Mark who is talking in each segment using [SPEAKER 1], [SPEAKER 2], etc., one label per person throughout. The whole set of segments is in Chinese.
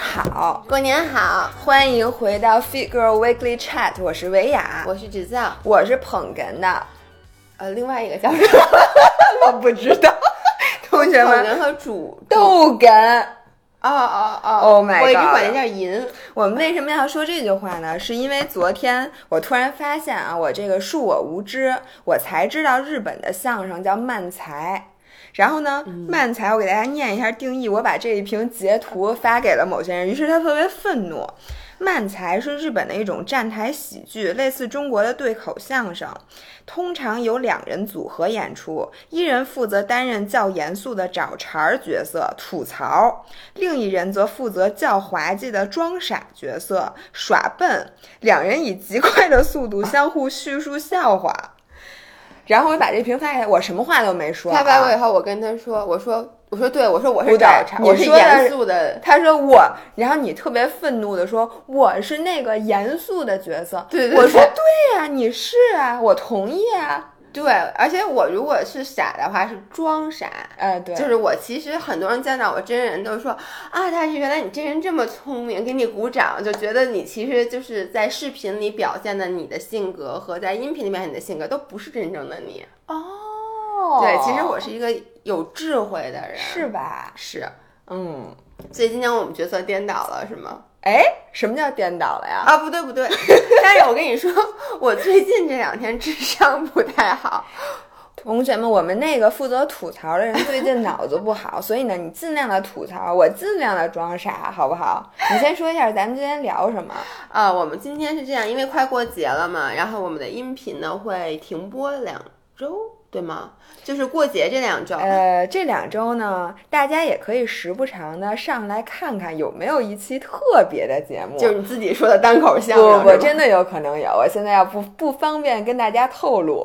[SPEAKER 1] 好，
[SPEAKER 2] 过年好，
[SPEAKER 1] 欢迎回到 Fit Girl Weekly Chat，我是维雅，
[SPEAKER 2] 我是芷造，
[SPEAKER 1] 我是捧哏的，
[SPEAKER 2] 呃，另外一个叫什么？
[SPEAKER 1] 我不知道， 同学
[SPEAKER 2] 捧
[SPEAKER 1] 们，
[SPEAKER 2] 哏和主主
[SPEAKER 1] 逗哏。
[SPEAKER 2] 哦哦哦
[SPEAKER 1] Oh my
[SPEAKER 2] 我一直
[SPEAKER 1] god
[SPEAKER 2] 管那叫银，
[SPEAKER 1] 我们为什么要说这句话呢？是因为昨天我突然发现啊，我这个恕我无知，我才知道日本的相声叫漫才。然后呢，
[SPEAKER 2] 嗯
[SPEAKER 1] 漫才我给大家念一下定义，我把这一屏截图发给了某些人，于是他特别愤怒。漫才是日本的一种站台喜剧，类似中国的对口相声，通常由两人组合演出，一人负责担任较严肃的找茬儿角色吐槽，另一人则负责较滑稽的装傻角色耍笨。两人以极快的速度相互叙述笑话。 然后我把这屏发给他，我什么话都没说、啊。
[SPEAKER 2] 他发过以后，我跟他说，我说我说对，我说我
[SPEAKER 1] 不
[SPEAKER 2] 是
[SPEAKER 1] 对
[SPEAKER 2] 找茬，
[SPEAKER 1] 你
[SPEAKER 2] 我是
[SPEAKER 1] 说的
[SPEAKER 2] 严肃的，
[SPEAKER 1] 他说我，然后你特别愤怒的说我是那个严肃的角色，
[SPEAKER 2] 对对
[SPEAKER 1] 我说
[SPEAKER 2] 对
[SPEAKER 1] 对呀、你是啊，我同意啊，
[SPEAKER 2] 对，而且我如果是傻的话是装傻，
[SPEAKER 1] 呃，对，
[SPEAKER 2] 就是我其实很多人见到我真人都说啊，但是原来你真人这么聪明，给你鼓掌，就觉得你其实就是在视频里表现的你的性格和在音频里面你的性格都不是真正的你。
[SPEAKER 1] 哦
[SPEAKER 2] 对，其实我是一个有智慧的人，
[SPEAKER 1] 是吧？
[SPEAKER 2] 是，
[SPEAKER 1] 嗯，
[SPEAKER 2] 所以今天我们角色颠倒了，是吗？
[SPEAKER 1] 哎，什么叫颠倒了呀？
[SPEAKER 2] 啊，不对不对， 但是我跟你说，我最近这两天智商不太好，
[SPEAKER 1] 同学们，我们那个负责吐槽的人最近脑子不好， 所以呢，你尽量的吐槽，我尽量的装傻，好不 好？你先说一下咱们今天聊什么？
[SPEAKER 2] 啊，我们今天是这样，因为快过节了嘛，然后我们的音频呢会停播两周，对吗？就是过节这两周。
[SPEAKER 1] 呃，这两周呢，大家也可以时不常的上来看看有没有一期特别的节目，
[SPEAKER 2] 就是你自己说的单口相
[SPEAKER 1] 不
[SPEAKER 2] 声，
[SPEAKER 1] 不不，
[SPEAKER 2] 是吗
[SPEAKER 1] 真的有可能有，我现在要不不方便跟大家透露。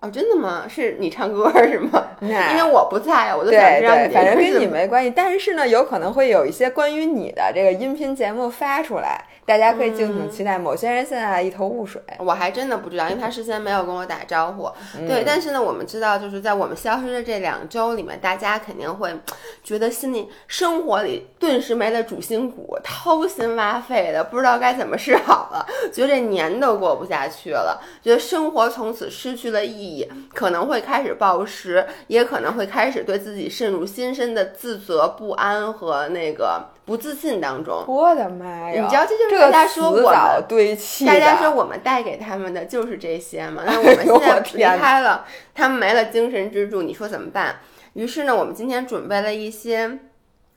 [SPEAKER 2] 哦，真的吗？是你唱歌是吗？
[SPEAKER 1] 那
[SPEAKER 2] 因为我不在，我就
[SPEAKER 1] 对
[SPEAKER 2] 想知道
[SPEAKER 1] 对，
[SPEAKER 2] 你
[SPEAKER 1] 反正跟你
[SPEAKER 2] 们
[SPEAKER 1] 没关系，但是呢，有可能会有一些关于你的这个音频节目发出来，大家可以敬请期待。某些人现在一头雾水，
[SPEAKER 2] 我还真的不知道，因为他事先没有跟我打招呼。对，但是呢，我们知道，就是在我们消失的这两周里面，大家肯定会觉得心里、生活里顿时没了主心骨，掏心挖肺的，不知道该怎么是好了，觉得这年都过不下去了，觉得生活从此失去了意义，可能会开始暴食，也可能会开始对自己渗入心深的自责、不安和那个不自信当中。
[SPEAKER 1] 我的妈呀！
[SPEAKER 2] 你知道这就是
[SPEAKER 1] 这个
[SPEAKER 2] 大家说
[SPEAKER 1] 词
[SPEAKER 2] 我们
[SPEAKER 1] 藻堆砌的，
[SPEAKER 2] 大家说我们带给他们的就是这些嘛，那我们
[SPEAKER 1] 哎呦我
[SPEAKER 2] 现
[SPEAKER 1] 天
[SPEAKER 2] 在
[SPEAKER 1] 哪
[SPEAKER 2] 离开了，他们没了精神支柱，你说怎么办？于是呢，我们今天准备了一些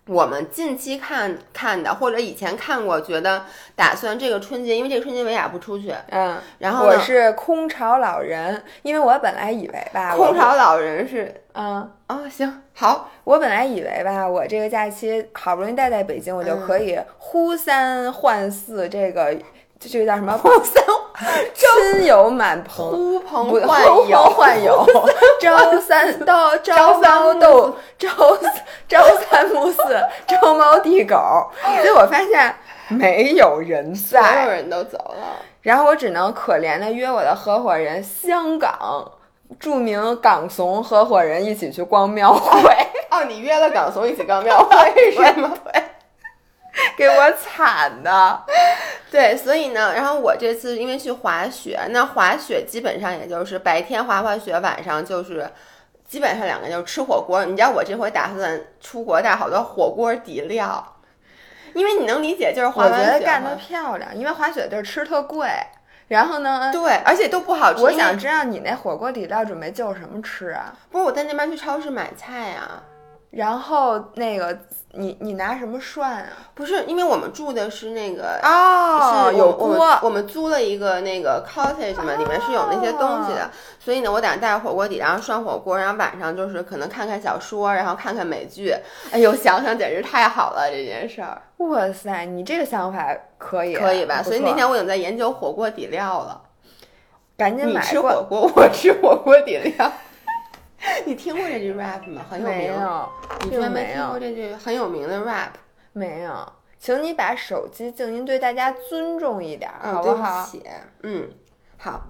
[SPEAKER 2] 我们近期看看的，或者以前看过，觉得打算这个春节，因为这个春节维雅不出去，
[SPEAKER 1] 嗯，
[SPEAKER 2] 然后
[SPEAKER 1] 我
[SPEAKER 2] 呢，
[SPEAKER 1] 是空巢老人，因为我本来以为吧，我
[SPEAKER 2] 空巢老人是
[SPEAKER 1] 嗯，
[SPEAKER 2] 啊、行好，
[SPEAKER 1] 我本来以为吧，我这个假期好不容易待在北京，我就可以呼三唤四，这个这这个叫什么？呼三亲友满棚。
[SPEAKER 2] 呼朋
[SPEAKER 1] 不
[SPEAKER 2] 唤
[SPEAKER 1] 呼朋
[SPEAKER 2] 友，
[SPEAKER 1] 唤 友， 朝三到朝
[SPEAKER 2] 朝三
[SPEAKER 1] 三
[SPEAKER 2] 暮
[SPEAKER 1] 斗朝朝三暮四，朝猫递狗，所以我发现没有人
[SPEAKER 2] 所
[SPEAKER 1] 在
[SPEAKER 2] 有，人都走了。
[SPEAKER 1] 然后我只能可怜的约我的合伙人香港著名港怂合伙人一起去逛庙会，
[SPEAKER 2] 哦，你约了港怂一起逛庙会是吗？
[SPEAKER 1] 给我惨的。
[SPEAKER 2] 对，所以呢，然后我这次因为去滑雪，那滑雪基本上也就是白天滑滑雪，晚上就是基本上两个就是吃火锅。你知道我这回打算出国带好多火锅底料，因为你能理解，就是滑
[SPEAKER 1] 我觉
[SPEAKER 2] 完
[SPEAKER 1] 得
[SPEAKER 2] 雪
[SPEAKER 1] 干
[SPEAKER 2] 嘛
[SPEAKER 1] 得漂亮，因为滑雪地儿吃特贵，然后呢，
[SPEAKER 2] 对，而且都不好吃。
[SPEAKER 1] 我
[SPEAKER 2] 因为
[SPEAKER 1] 想知道你那火锅底料准备就什么吃啊？
[SPEAKER 2] 不是我在那边去超市买菜啊，
[SPEAKER 1] 然后那个你你拿什么涮啊？
[SPEAKER 2] 不是因为我们住的是那个。
[SPEAKER 1] 哦
[SPEAKER 2] 是
[SPEAKER 1] 有
[SPEAKER 2] 我们
[SPEAKER 1] 锅，
[SPEAKER 2] 我们租了一个那个 cottage 嘛，里面是有那些东西
[SPEAKER 1] 哦
[SPEAKER 2] 的，所以呢，我打算带着火锅底，然后涮火锅，然后晚上就是可能看看小说，然后看看美剧。哎呦，想想简直太好了这件事儿，
[SPEAKER 1] 哇塞，你这个想法可以，
[SPEAKER 2] 可以吧？
[SPEAKER 1] 不
[SPEAKER 2] 所以
[SPEAKER 1] 错
[SPEAKER 2] 那天我已经在研究火锅底料了。
[SPEAKER 1] 赶紧
[SPEAKER 2] 你
[SPEAKER 1] 买
[SPEAKER 2] 吃
[SPEAKER 1] 罐
[SPEAKER 2] 火锅， 我吃火锅底料。 你听过这句 rap 吗？很有
[SPEAKER 1] 没
[SPEAKER 2] 名，
[SPEAKER 1] 有，
[SPEAKER 2] 你居
[SPEAKER 1] 并
[SPEAKER 2] 然没
[SPEAKER 1] 没
[SPEAKER 2] 听
[SPEAKER 1] 有
[SPEAKER 2] 过。这句很有名的 rap？
[SPEAKER 1] 没有，请你把手机静音，对大家尊重一点儿，
[SPEAKER 2] 嗯，
[SPEAKER 1] 好
[SPEAKER 2] 对
[SPEAKER 1] 好？
[SPEAKER 2] 起，嗯，好。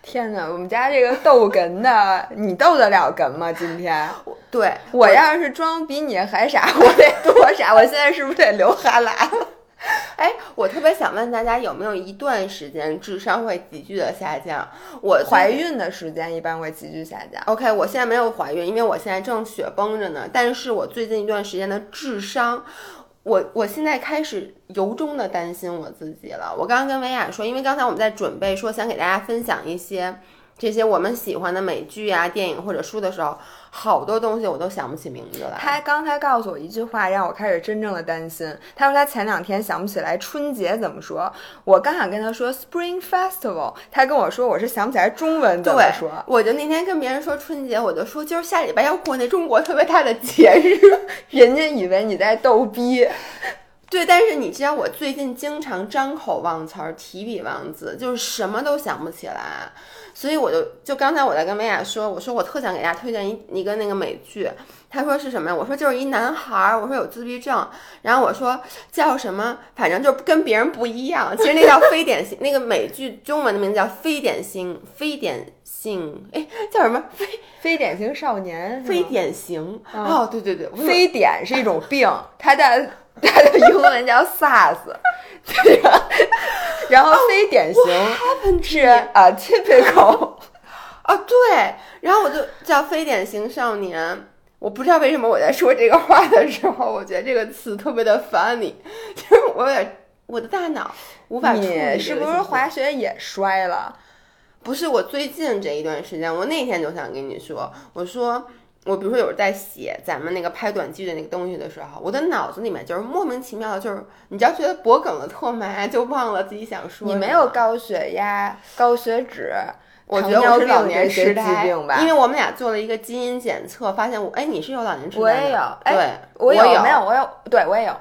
[SPEAKER 1] 天哪，我们家这个逗哏的，你逗得了哏吗？今天
[SPEAKER 2] 对
[SPEAKER 1] 我要是装比你还傻，我得多傻！我现在是不是得流哈喇？
[SPEAKER 2] 哎，我特别想问大家，有没有一段时间智商会急剧的下降？我
[SPEAKER 1] 怀孕的时间一般会急剧下降。
[SPEAKER 2] OK，我现在没有怀孕，因为我现在正雪崩着呢。但是我最近一段时间的智商，我我现在开始由衷的担心我自己了。我刚刚跟维亚说，因为刚才我们在准备说想给大家分享一些这些我们喜欢的美剧啊、电影或者书的时候，好多东西我都想不起名字来。
[SPEAKER 1] 他刚才告诉我一句话，让我开始真正的担心。他说他前两天想不起来春节怎么说，我刚想跟他说 Spring Festival，他跟我说我是想不起来中文怎么
[SPEAKER 2] 对
[SPEAKER 1] 说。，
[SPEAKER 2] 我就那天跟别人说春节，我就说就是下礼拜要过那中国特别大的节日。
[SPEAKER 1] 人家以为你在逗逼，
[SPEAKER 2] 对，但是你知道我最近经常张口忘词儿，提笔忘字，就是什么都想不起来，所以我就就刚才我在跟薇娅说，我说我特想给大家推荐一一个那个美剧，她说是什么呀？我说就是一男孩儿，我说有自闭症，然后我说叫什么，反正就跟别人不一样。其实那叫非典型，那 个美剧中文的名字叫非典型，非典性，哎，叫什么？非
[SPEAKER 1] 非典型少年是
[SPEAKER 2] 非
[SPEAKER 1] 吗，
[SPEAKER 2] 典型。哦，对对对，我
[SPEAKER 1] 嗯非典是一种病，它的它的英文叫 SARS，对 吧？然后
[SPEAKER 2] 哦
[SPEAKER 1] 非典型是啊 atypical。
[SPEAKER 2] 啊，对，然后我就叫非典型少年。我不知道为什么我在说这个话的时候，我觉得这个词特别的 funny，就是我有点我的大脑 无法处理这
[SPEAKER 1] 你是
[SPEAKER 2] 个情
[SPEAKER 1] 不
[SPEAKER 2] 况。
[SPEAKER 1] 是滑雪也摔了？
[SPEAKER 2] 不是我最近这一段时间，我那天就想跟你说，我说我比如说有时候在写咱们那个拍短剧的那个东西的时候，我的脑子里面就是莫名其妙的，就是你知道觉得脖梗了特麻，就忘了自己想说。
[SPEAKER 1] 你没有。高血压、高血脂，
[SPEAKER 2] 我觉得我是老年
[SPEAKER 1] 痴
[SPEAKER 2] 痴
[SPEAKER 1] 呆
[SPEAKER 2] 呆，
[SPEAKER 1] 病吧
[SPEAKER 2] 因？为我们俩做了一个基因检测，发现我，哎，你是有老年痴呆
[SPEAKER 1] 我也有
[SPEAKER 2] 的，
[SPEAKER 1] 哎
[SPEAKER 2] 对，
[SPEAKER 1] 我
[SPEAKER 2] 有，哦
[SPEAKER 1] 没有？我嗯有，对我也有。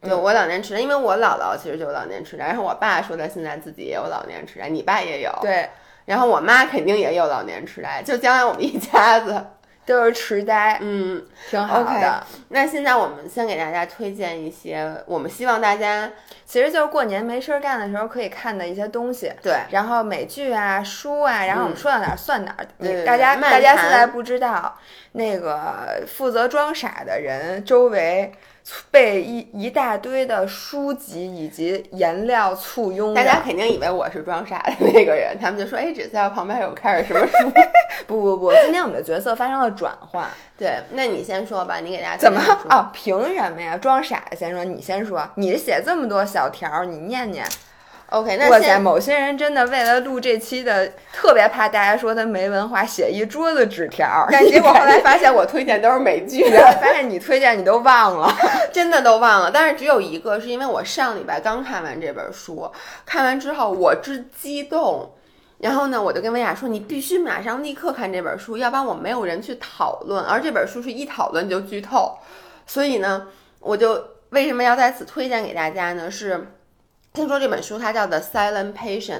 [SPEAKER 2] 对我老年痴呆，因为我姥姥其实就有老年痴呆，然后我爸说他现在自己也有老年痴呆，你爸也有，，
[SPEAKER 1] 对，
[SPEAKER 2] 然后我妈肯定也有老年痴呆，就将来我们一家子，
[SPEAKER 1] 都是痴呆，
[SPEAKER 2] 嗯，
[SPEAKER 1] 挺好的。
[SPEAKER 2] 那现在我们先给大家推荐一些，我们希望大家
[SPEAKER 1] 其实就是过年没事儿干的时候可以看的一些东西。
[SPEAKER 2] 对
[SPEAKER 1] 然后美剧啊、书啊，然后我们说到哪儿算哪儿。
[SPEAKER 2] 嗯对对
[SPEAKER 1] 大家
[SPEAKER 2] 漫
[SPEAKER 1] 大家
[SPEAKER 2] 谈
[SPEAKER 1] 现在不知道，那个负责装傻的人周围被一一大堆的书籍以及颜料簇拥着。
[SPEAKER 2] 大家肯定以为我是装傻的那个人，他们就说，哎，只在旁边有开始什 么书，
[SPEAKER 1] 不不不，今天我们的角色发生了转换。
[SPEAKER 2] 对，那你先说吧，你给大家
[SPEAKER 1] 怎么
[SPEAKER 2] 推荐书
[SPEAKER 1] 啊？凭什么呀？装傻先说，你先说，你写这么多小条儿，你念念。
[SPEAKER 2] ？OK，那
[SPEAKER 1] 哇
[SPEAKER 2] 现
[SPEAKER 1] 塞，某些人真的为了录这期的，特别怕大家说他没文化，写一桌子纸条儿，
[SPEAKER 2] 但 结果后来
[SPEAKER 1] 发，
[SPEAKER 2] 发现我推荐都是美剧
[SPEAKER 1] 然后发现你推荐你都忘了。
[SPEAKER 2] 真的都忘了。但是只有一个，是因为我上礼拜刚看完这本书，看完之后我之激动，然后呢，我就跟薇娅说，你必须马上立刻看这本书，要不然我没有人去讨论。而这本书是一讨论就剧透，所以呢，我就为什么要在此推荐给大家呢？是听说这本书它叫《The Silent Patient》。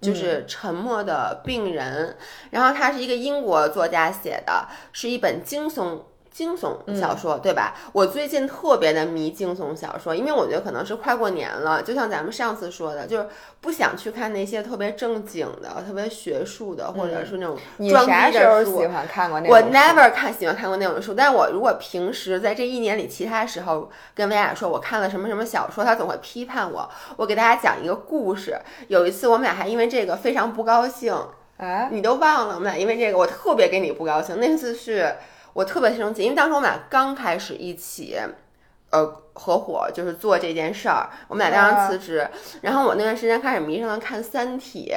[SPEAKER 2] 就是
[SPEAKER 1] 嗯
[SPEAKER 2] 沉默的病人，然后它是一个英国作家写的，是一本惊悚惊悚
[SPEAKER 1] 嗯
[SPEAKER 2] 小说，对吧？我最近特别的迷惊悚小说，因为我觉得可能是快过年了，就像咱们上次说的，就是不想去看那些特别正经的、特别学术的，或者是那种
[SPEAKER 1] 嗯你
[SPEAKER 2] 装
[SPEAKER 1] 啥
[SPEAKER 2] 逼
[SPEAKER 1] 时候
[SPEAKER 2] 的书
[SPEAKER 1] 喜。欢看过那
[SPEAKER 2] 我
[SPEAKER 1] 种书
[SPEAKER 2] never 看喜欢看过那种书，但是我如果平时在这一年里其他时候跟薇娅说我看了什么什么小说，她总会批判我。我给大家讲一个故事，有一次我们俩还因为这个非常不高兴，
[SPEAKER 1] 啊？
[SPEAKER 2] 你都忘了，我们俩因为这个我特别跟你不高兴。那次是我特别生气，因为当时我们俩刚开始一起，呃，合伙就是做这件事儿，我们俩当
[SPEAKER 1] 啊
[SPEAKER 2] 时辞职，然后我那段时间开始迷上了看《三体》。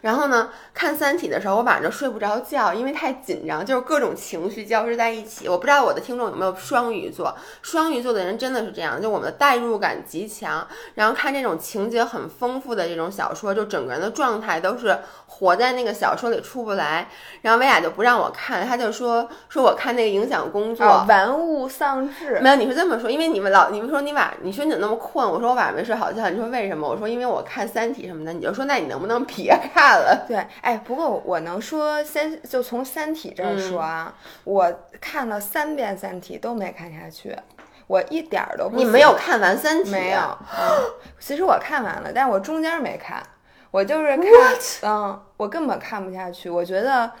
[SPEAKER 2] 然后呢，看《三体》的时候，我晚上就睡不着觉，因为太紧张，就是各种情绪交织在一起。我不知道我的听众有没有双鱼座，双鱼座的人真的是这样，就我们的代入感极强，然后看这种情节很丰富的这种小说，就整个人的状态都是活在那个小说里出不来。然后薇娅就不让我看，她就说说我看那个影响工作，
[SPEAKER 1] 哦，玩物丧志。
[SPEAKER 2] 没有，你是这么说，因为你们老，你们说你晚，你说你怎么那么困？我说我晚上没睡好觉。你说为什么？我说因为我看《三体》什么的。你就说那你能不能别看了？
[SPEAKER 1] 对，哎，不过我能说先就从《三体》这儿说啊，我看了三遍《三体》都没看下去，我一点儿都不
[SPEAKER 2] 你
[SPEAKER 1] 喜
[SPEAKER 2] 没有
[SPEAKER 1] 欢
[SPEAKER 2] 看完《三体》？啊
[SPEAKER 1] 没有、嗯其实我看完了，但是我中间没看，我就是看，嗯，我根本看不下去。我觉得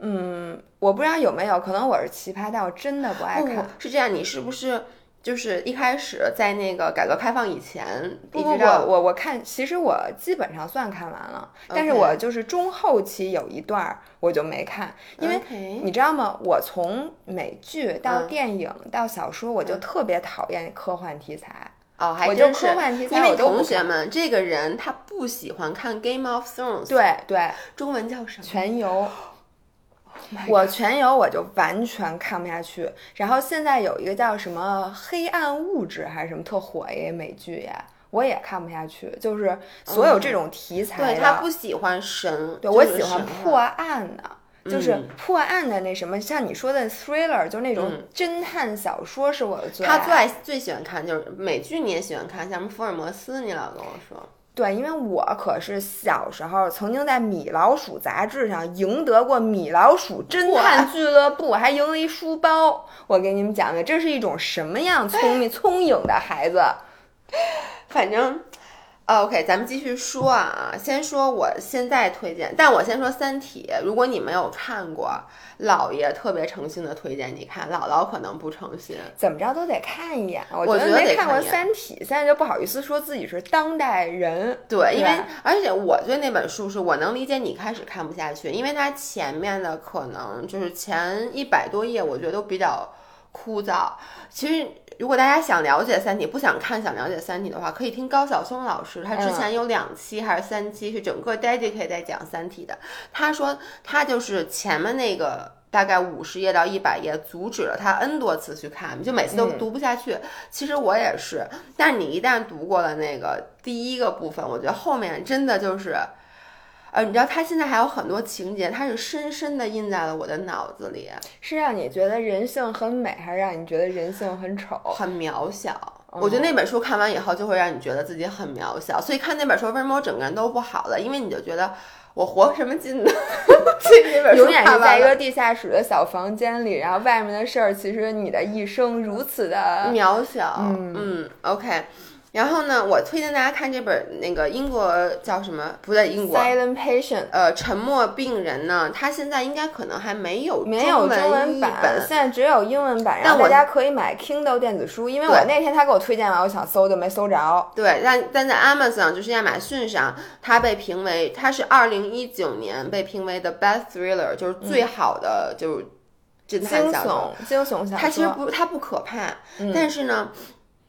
[SPEAKER 1] 嗯，我不知道有没有，可能我是奇葩，但我真的不爱看。
[SPEAKER 2] 不哦是这样，你是不是就是一开始在那个改革开放以前，
[SPEAKER 1] 不
[SPEAKER 2] 一
[SPEAKER 1] 不
[SPEAKER 2] 直
[SPEAKER 1] 不，
[SPEAKER 2] 到
[SPEAKER 1] 我我看，其实我基本上算看完了，但是我就是中后期有一段儿我就没看，因为
[SPEAKER 2] OK
[SPEAKER 1] 你知道吗？我从美剧到
[SPEAKER 2] 嗯
[SPEAKER 1] 电影到小说，我就特别讨厌科幻题材。
[SPEAKER 2] 哦，还
[SPEAKER 1] 我就
[SPEAKER 2] 真是
[SPEAKER 1] 科幻题材
[SPEAKER 2] 因为
[SPEAKER 1] 我都不
[SPEAKER 2] 同学
[SPEAKER 1] 看
[SPEAKER 2] 们，这个人他不喜欢看 Game of Thrones，，
[SPEAKER 1] 对对，
[SPEAKER 2] 中文叫什么？
[SPEAKER 1] 全游。
[SPEAKER 2] 哦，Oh
[SPEAKER 1] 我全游我就完全看不下去，然后现在有一个叫什么《黑暗物质》还是什么特火一个美剧呀，我也看不下去。就是所有这种题材
[SPEAKER 2] 嗯对
[SPEAKER 1] 的，
[SPEAKER 2] 他不喜欢神，
[SPEAKER 1] 对
[SPEAKER 2] 就
[SPEAKER 1] 我
[SPEAKER 2] 是
[SPEAKER 1] 喜欢
[SPEAKER 2] 神话
[SPEAKER 1] 破案的，就是
[SPEAKER 2] 嗯
[SPEAKER 1] 破案的那什么，像你说的 thriller，就那种
[SPEAKER 2] 嗯
[SPEAKER 1] 侦探小说是我的最爱
[SPEAKER 2] 他最爱最喜欢看就是美剧，你也喜欢看，像什么福尔摩斯，你老跟我说，
[SPEAKER 1] 对，因为我可是小时候曾经在《米老鼠》杂志上赢得过《米老鼠侦探俱乐部》，还赢了一书包。我给你们讲讲，这是一种什么样
[SPEAKER 2] 哎
[SPEAKER 1] 聪明聪颖的孩子。
[SPEAKER 2] 反正。呃 OK，咱们继续说啊，先说我现在推荐，但我先说《三体》，如果你没有看过，姥爷特别诚心的推荐你看，姥姥可能不诚心。
[SPEAKER 1] 怎么着都得看一眼，我
[SPEAKER 2] 我
[SPEAKER 1] 觉
[SPEAKER 2] 觉得
[SPEAKER 1] 没
[SPEAKER 2] 得
[SPEAKER 1] 看过
[SPEAKER 2] 看
[SPEAKER 1] 《
[SPEAKER 2] 一眼
[SPEAKER 1] 三体》，现在就不好意思说自己是当代人。
[SPEAKER 2] 对，因为
[SPEAKER 1] 吧
[SPEAKER 2] 而且我对那本书是我能理解你开始看不下去，因为它前面的可能就是前一百多页，我觉得都比较枯燥。其实如果大家想了解《三体》，不想看想了解《三体》的话，可以听高晓松老师，他之前有两期还是三期是整个 dedicate 在讲《三体》的。他说他就是前面那个。大概五十页到一百页，阻止了他 n 多次去看，就每次都读不下去。其实我也是，但你一旦读过了那个第一个部分，我觉得后面真的就是，呃，你知道他现在还有很多情节，它是深深的印在了我的脑子里，
[SPEAKER 1] 是让你觉得人性很美，还是让你觉得人性很丑？
[SPEAKER 2] 很渺小。我觉得那本书看完以后，就会让你觉得自己很渺小，所以看那本书为什么我整个人都不好了？因为你就觉得我活什么劲呢？所以那本书
[SPEAKER 1] 永远是
[SPEAKER 2] 看
[SPEAKER 1] 在
[SPEAKER 2] 完
[SPEAKER 1] 一个
[SPEAKER 2] 了
[SPEAKER 1] 地下室的小房间里，然后外面的事儿，其实你的一生如此的
[SPEAKER 2] 渺小。嗯 o k 然后呢，我推荐大家看这本那个英国叫什么？不对，英国
[SPEAKER 1] silent patient，
[SPEAKER 2] 呃，沉默病人呢，他现在应该可能还没有
[SPEAKER 1] 没有中文
[SPEAKER 2] 文
[SPEAKER 1] 版，
[SPEAKER 2] 版
[SPEAKER 1] 现，在只有英文版。然后大
[SPEAKER 2] 我
[SPEAKER 1] 家可以买 Kindle 电子书，因为我
[SPEAKER 2] 对
[SPEAKER 1] 那天他给我推荐完，我想搜就没搜着。
[SPEAKER 2] 对，但但在 Amazon 就是亚马逊上，它被评为它是二零一九年被评为的 best thriller，就是最好的、就是侦探
[SPEAKER 1] 嗯惊
[SPEAKER 2] 小说
[SPEAKER 1] 悚。，惊悚小
[SPEAKER 2] 它其实
[SPEAKER 1] 说。
[SPEAKER 2] 不，它不可怕，但是呢，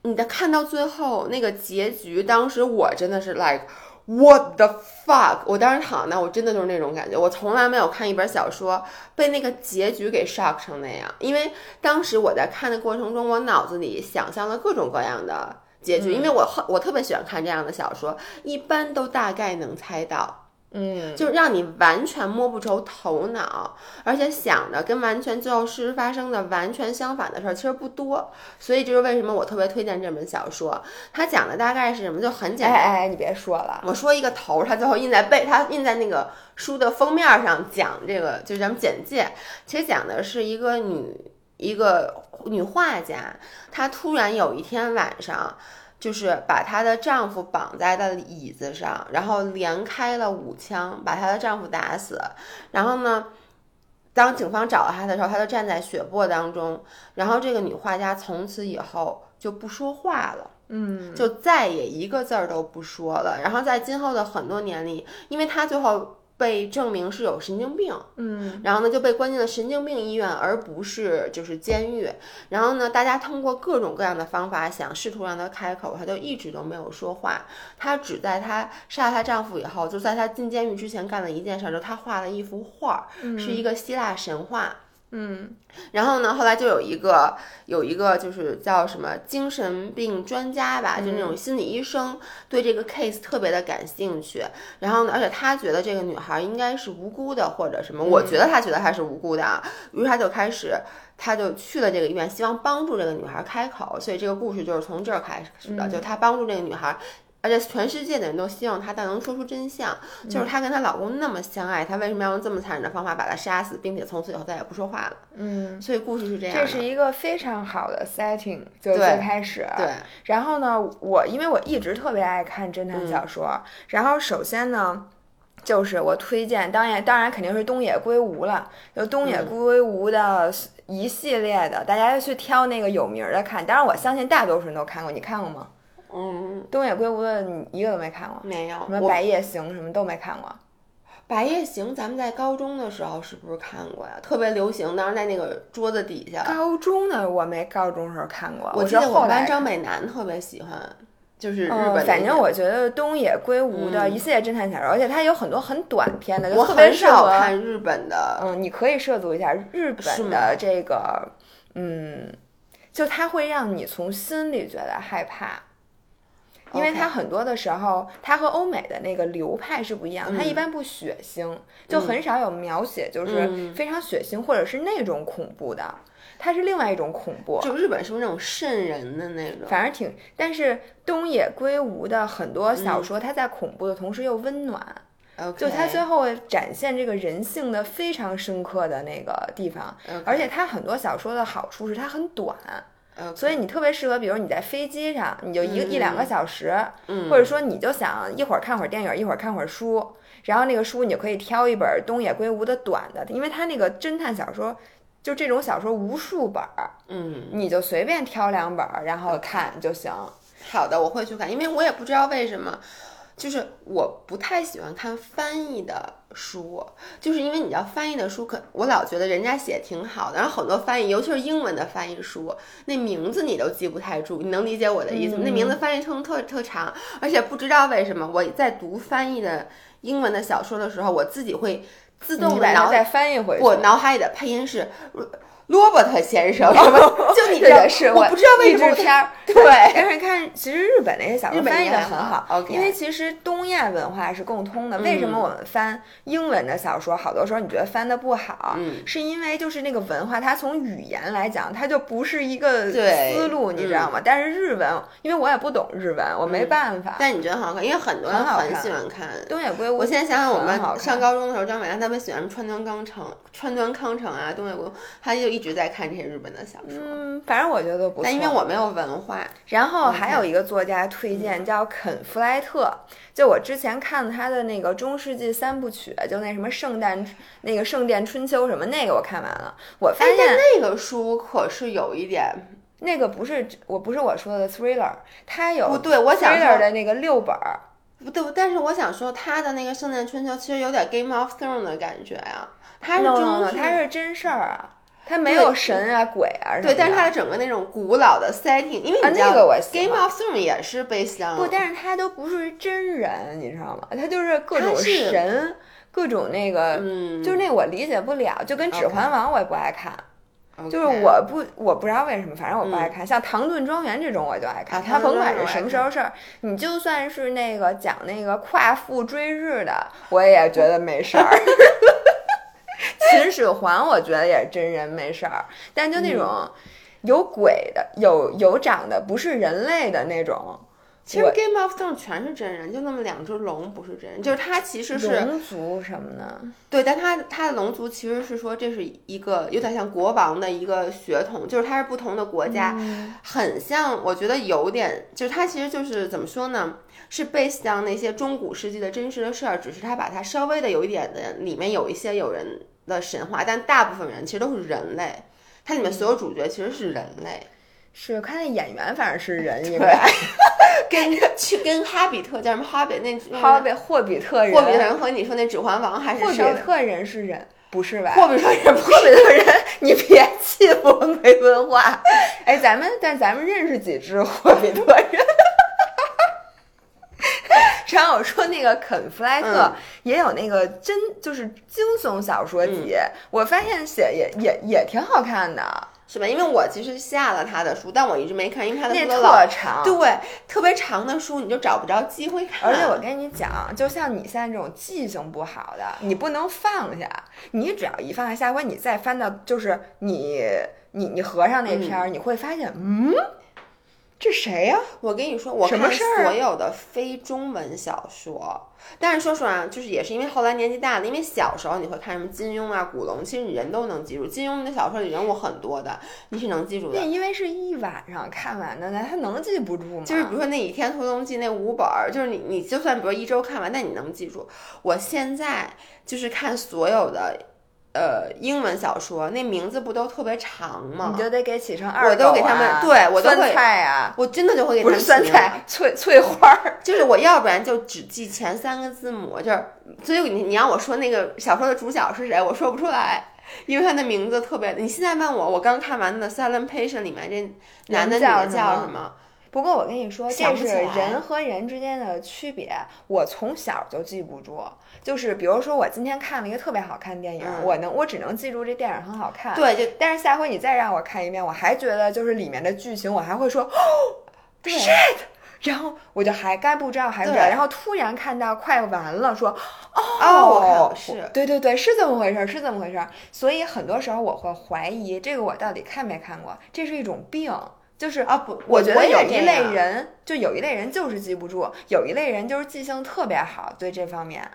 [SPEAKER 2] 你的看到最后那个结局，当时我真的是 like。What the fuck！我当时躺那，我真的就是那种感觉。我从来没有看一本小说被那个结局给 shock 成那样，因为当时我在看的过程中，我脑子里想象了各种各样的结局，因为我很我特别喜欢看这样的小说，一般都大概能猜到。
[SPEAKER 1] 嗯，
[SPEAKER 2] 就是让你完全摸不着头脑，而且想的跟完全最后事实发生的完全相反的事儿其实不多，所以这是为什么我特别推荐这本小说。它讲的大概是什么？就很简
[SPEAKER 1] 哎
[SPEAKER 2] 单。
[SPEAKER 1] 哎，你别说了，
[SPEAKER 2] 我说一个头儿，它最后印在背，它印在那个书的封面上，讲这个就是咱们简介，其实讲的是一个女一个女画家，她突然有一天晚上。就是把她的丈夫绑在了椅子上，然后连开了五枪，把她的丈夫打死。然后呢，当警方找到她的时候，她就站在血泊当中。然后这个女画家从此以后就不说话了。
[SPEAKER 1] 嗯，
[SPEAKER 2] 就再也一个字儿都不说了。然后在今后的很多年里，因为他最后被证明是有神经病，
[SPEAKER 1] 嗯，
[SPEAKER 2] 然后呢就被关进了神经病医院，而不是就是监狱。然后呢，大家通过各种各样的方法想试图让他开口，他就一直都没有说话。她只在她杀了她丈夫以后，就在她进监狱之前干了一件事儿，就是她画了一幅画儿，是一个希腊神话。
[SPEAKER 1] 嗯，
[SPEAKER 2] 然后呢，后来就有一个有一个就是叫什么精神病专家吧，就那种心理医生，对这个 case 特别的感兴趣。然后呢，而且他觉得这个女孩应该是无辜的或者什么，我觉得他觉得她是无辜的啊。于是他就开始，他就去了这个医院，希望帮助这个女孩开口。所以这个故事就是从这儿开始的，就他帮助这个女孩。而且全世界的人都希望她但能说出真相，就是她跟她老公那么相爱，她为什么要用这么残忍的方法把她杀死，并且从此以后再也不说话了？
[SPEAKER 1] 嗯，
[SPEAKER 2] 所以故事是这样的，
[SPEAKER 1] 这是一个非常好的 setting，就
[SPEAKER 2] 对
[SPEAKER 1] 最开始。
[SPEAKER 2] 对，
[SPEAKER 1] 然嗯后呢，我因为我一直特别爱看侦探小说，然后首先呢，就是我推荐，当然当然肯定是东野圭吾了，就东野圭吾的一系列的，大家去挑那个有名儿的看。当然我相信大多数人都看过，你看过吗？
[SPEAKER 2] 嗯，
[SPEAKER 1] 东野圭吾的你一个都没看过，
[SPEAKER 2] 没有。
[SPEAKER 1] 什么《
[SPEAKER 2] 我
[SPEAKER 1] 白夜行》什么都没看过。
[SPEAKER 2] 白夜行》，咱们在高中的时候是不是看过呀？特别流行，当时在那个桌子底下。
[SPEAKER 1] 高中呢，我没高中时候看过，
[SPEAKER 2] 我记
[SPEAKER 1] 是
[SPEAKER 2] 得我
[SPEAKER 1] 后
[SPEAKER 2] 们
[SPEAKER 1] 来
[SPEAKER 2] 班。张美楠特别喜欢，就是日本
[SPEAKER 1] 嗯
[SPEAKER 2] 的、，
[SPEAKER 1] 反正我觉得东野圭吾的一系列侦探小说，而且它有很多嗯很短篇的，
[SPEAKER 2] 我
[SPEAKER 1] 就特别
[SPEAKER 2] 很
[SPEAKER 1] 适
[SPEAKER 2] 少
[SPEAKER 1] 合
[SPEAKER 2] 看日本的，
[SPEAKER 1] 嗯，你可以涉足一下日
[SPEAKER 2] 是
[SPEAKER 1] 本
[SPEAKER 2] 吗
[SPEAKER 1] 的这个，嗯，就它会让你从心里觉得害怕，因为
[SPEAKER 2] OK
[SPEAKER 1] 它很多的时候，它和欧美的那个流派是不一样，它
[SPEAKER 2] 嗯
[SPEAKER 1] 一般不血腥，就很少有描写
[SPEAKER 2] 嗯
[SPEAKER 1] 就是非常血腥或者是那种恐怖的，它是另外一种恐怖。
[SPEAKER 2] 就日本是不是那种瘆人的那种？
[SPEAKER 1] 反正挺，但是东野圭吾的很多
[SPEAKER 2] 嗯
[SPEAKER 1] 小说，它在恐怖的同时又温暖，
[SPEAKER 2] o
[SPEAKER 1] 就它最后展现这个人性的非常深刻的那个地方。而且它很多小说的好处是它很短，所以你特别适合，比如你在飞机上，你就一、
[SPEAKER 2] 嗯
[SPEAKER 1] 一两个小时，
[SPEAKER 2] 嗯
[SPEAKER 1] 或者说你就想一会儿看会儿电影，一会儿看会儿书，然后那个书你就可以挑一本东野圭吾的短的，因为他那个侦探小说。就这种小说无数本儿，
[SPEAKER 2] 嗯，
[SPEAKER 1] 你就随便挑两本儿，然后看就行。
[SPEAKER 2] 好的，我会去看，因为我也不知道为什么。就是我不太喜欢看翻译的书，就是因为你知道翻译的书可，我老觉得人家写挺好的，然后很多翻译，尤其是英文的翻译书，那名字你都记不太住，你能理解我的意思吗？那名字
[SPEAKER 1] 嗯
[SPEAKER 2] 翻译成特特长，而且不知道为什么我在读翻译的英文的小说的时候，我自己会自动
[SPEAKER 1] 你
[SPEAKER 2] 的
[SPEAKER 1] 把
[SPEAKER 2] 脑
[SPEAKER 1] 它再翻译回去，
[SPEAKER 2] 我脑海里的配音是罗伯特 先生，什么就你这
[SPEAKER 1] 对是
[SPEAKER 2] 我不知道为什么
[SPEAKER 1] 励志片 儿。
[SPEAKER 2] 对
[SPEAKER 1] 但是看，其实日本那些小
[SPEAKER 2] 日
[SPEAKER 1] 说
[SPEAKER 2] 本
[SPEAKER 1] 翻译
[SPEAKER 2] 也
[SPEAKER 1] 的
[SPEAKER 2] 很
[SPEAKER 1] 很好
[SPEAKER 2] 好，OK 嗯
[SPEAKER 1] 因为其实东亚文化是共通的。为什么我们翻英文的小说，好多时候你觉得翻的不好，
[SPEAKER 2] 嗯
[SPEAKER 1] 是因为就是那个文化，它从语言来讲，它就不是一个
[SPEAKER 2] 对嗯
[SPEAKER 1] 思路，你知道吗？但是日文，因为我也不懂日文，我没办法。
[SPEAKER 2] 但你真好看，因为很多人
[SPEAKER 1] 很好看
[SPEAKER 2] 很喜欢看。
[SPEAKER 1] 东野圭吾，
[SPEAKER 2] 我现在想想，我们
[SPEAKER 1] 很好看
[SPEAKER 2] 上高中的时候，张美兰他们喜欢川端康成、川端康成啊，东野圭吾，他就一直在看这些日本的小说。
[SPEAKER 1] 嗯，反正我觉得不错。
[SPEAKER 2] 但因为我没有文化，
[SPEAKER 1] 然后还有一个作家推
[SPEAKER 2] 嗯
[SPEAKER 1] 荐叫肯·弗莱特，就我之前看了他的那个中世纪三部曲，就那什么圣诞、那个圣殿春秋什么那个我看完了，我发
[SPEAKER 2] 哎，但
[SPEAKER 1] 现
[SPEAKER 2] 那个书可是有一点
[SPEAKER 1] 那个不是我不是我说的 thriller，它有
[SPEAKER 2] 不对，我想
[SPEAKER 1] thriller
[SPEAKER 2] 说
[SPEAKER 1] 的那个六本儿，
[SPEAKER 2] 不对，但是我想说他的那个《圣诞春秋》其实有点《Game of Thrones》的感觉啊，他是
[SPEAKER 1] no,
[SPEAKER 2] 中
[SPEAKER 1] no, no,
[SPEAKER 2] 世
[SPEAKER 1] 它是真事儿啊，它没有神啊鬼啊什么的
[SPEAKER 2] 对，但是它的整个那种古老的 setting，因为
[SPEAKER 1] 啊
[SPEAKER 2] 你知道、
[SPEAKER 1] 那个我喜
[SPEAKER 2] Game of Thrones 也是被像
[SPEAKER 1] 不，但是它都不是真人，你知道吗？它就是各种
[SPEAKER 2] 它是
[SPEAKER 1] 神，各种那个，
[SPEAKER 2] 嗯，
[SPEAKER 1] 就是那我理解不了，就跟《指
[SPEAKER 2] OK
[SPEAKER 1] 环王》我也不爱看。
[SPEAKER 2] OK 嗯
[SPEAKER 1] 就是我不我不知道为什么，反正我不爱看。像《唐顿庄园》这种我就爱看，
[SPEAKER 2] 啊
[SPEAKER 1] 它
[SPEAKER 2] 唐顿
[SPEAKER 1] 甭管
[SPEAKER 2] 庄园
[SPEAKER 1] 是
[SPEAKER 2] 我
[SPEAKER 1] 什
[SPEAKER 2] 也
[SPEAKER 1] 么时候事儿，你就算是那个讲那个夸父追日的，我也觉得没事儿。 秦始皇我觉得也是真人没事儿，但就那种
[SPEAKER 2] 嗯
[SPEAKER 1] 有鬼的、有有长得不是人类的那种，
[SPEAKER 2] 其实
[SPEAKER 1] 我
[SPEAKER 2] Game of Thrones 全是真人，就那么两只龙不是真人，就是它其实是
[SPEAKER 1] 龙族什么的。
[SPEAKER 2] 对，但它它的龙族其实是说这是一个有点像国王的一个血统，就是它是不同的国家，很像，我觉得有点，就是它其实就是怎么说呢，是 based on 那些中古世纪的真实的事儿，只是它把它稍微的有一点的里面有一些有人的神话，但大部分人其实都是人类，它里面所有主角其实是人类，
[SPEAKER 1] 是，看那演员反正是人，应该
[SPEAKER 2] 跟去跟哈比特叫什么哈比那
[SPEAKER 1] 霍比霍比特人，
[SPEAKER 2] 霍比特人和你说那指环王还是
[SPEAKER 1] 霍比
[SPEAKER 2] 稍 微
[SPEAKER 1] 特人是人，不是吧？
[SPEAKER 2] 霍比特人
[SPEAKER 1] 特别多人， 你别欺负我没文化。哎，咱们但咱们认识几只霍比特人。 然后我说那个肯弗莱特
[SPEAKER 2] 嗯
[SPEAKER 1] 也有那个真就是惊悚小说集，
[SPEAKER 2] 嗯
[SPEAKER 1] 我发现写也也也挺好看的，
[SPEAKER 2] 是吧？因为我其实下了他的书，但我一直没看，因为他的
[SPEAKER 1] 那
[SPEAKER 2] 书都老
[SPEAKER 1] 特长。
[SPEAKER 2] 对特别长的书，你就找不着机会看。
[SPEAKER 1] 而且我跟你讲，就像你现在这种记性不好的，你不能放下。你只要一放下，下回你再翻到，就是你你你合上那篇儿，你会发现，嗯，嗯这谁呀、
[SPEAKER 2] 我跟你说，我
[SPEAKER 1] 什
[SPEAKER 2] 看
[SPEAKER 1] 么事儿啊
[SPEAKER 2] 所有的非中文小说，但是说实话，就是也是因为后来年纪大了，因为小时候你会看什么金庸啊、古龙，其实你人都能记住。金庸的小说里人物很多的，你是能记住
[SPEAKER 1] 那
[SPEAKER 2] 的。
[SPEAKER 1] 因为是一晚上看完的，那他能记不住吗？
[SPEAKER 2] 就是比如说那《倚天屠龙记》那五本儿，就是你你就算比如一周看完，那你能记住。我现在就是看所有的呃英文小说，那名字不都特别长吗
[SPEAKER 1] 嗯你？就得给起成二、啊
[SPEAKER 2] 我都给他们，，对我都
[SPEAKER 1] 酸
[SPEAKER 2] 会，啊
[SPEAKER 1] 菜啊，
[SPEAKER 2] 我真的就会给他
[SPEAKER 1] 不
[SPEAKER 2] 们
[SPEAKER 1] 是酸
[SPEAKER 2] 起名儿
[SPEAKER 1] 菜，翠翠花儿。
[SPEAKER 2] 就是我要不然就只记前三个字母，就是所以你你让我说那个小说的主角是谁，我说不出来，因为他的名字特别。你现在问我，我刚看完的《Silent Patient》里面这男的女的
[SPEAKER 1] 人叫什么
[SPEAKER 2] 叫什么？
[SPEAKER 1] 不过我跟你说，
[SPEAKER 2] 想
[SPEAKER 1] 这
[SPEAKER 2] 不
[SPEAKER 1] 是
[SPEAKER 2] 起来
[SPEAKER 1] 人和人之间的区别。我从小就记不住，就是比如说我今天看了一个特别好看的电影，
[SPEAKER 2] 嗯
[SPEAKER 1] 我能我只能记住这电影很好看。。
[SPEAKER 2] 对，就
[SPEAKER 1] 但是下回你再让我看一遍，我还觉得就是里面的剧情，我还会说，
[SPEAKER 2] 对
[SPEAKER 1] 然后我就还该不知道还不知道，
[SPEAKER 2] 对
[SPEAKER 1] 然后突然看到快完了，说
[SPEAKER 2] 哦，我看我是。
[SPEAKER 1] 对对对，是这么回事儿，是这么回事儿。所以很多时候我会怀疑这个我到底看没看过，这是一种病，就是
[SPEAKER 2] 啊不，
[SPEAKER 1] 我觉得
[SPEAKER 2] 也
[SPEAKER 1] 有
[SPEAKER 2] 这
[SPEAKER 1] 一类
[SPEAKER 2] 样，
[SPEAKER 1] 人，就有一类人就是记不住，有一类人就是记性特别好，对这方面，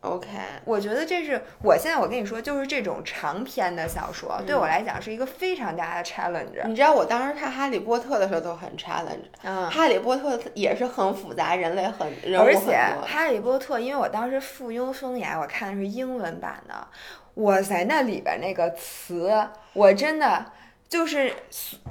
[SPEAKER 2] OK，
[SPEAKER 1] 我觉得这是我现在我跟你说，就是这种长篇的小说对我
[SPEAKER 2] 嗯
[SPEAKER 1] 来讲是一个非常大的 challenge。
[SPEAKER 2] 你知道我当时看《哈利波特》的时候都很 challenge，《
[SPEAKER 1] 嗯，
[SPEAKER 2] 哈利波特》也是很复杂，人类很人物
[SPEAKER 1] 而
[SPEAKER 2] 呃很
[SPEAKER 1] 且《
[SPEAKER 2] 多。
[SPEAKER 1] 哈利波特》，因为我当时附庸风雅，我看的是英文版的，哇塞，那里边那个词，我真的。就是，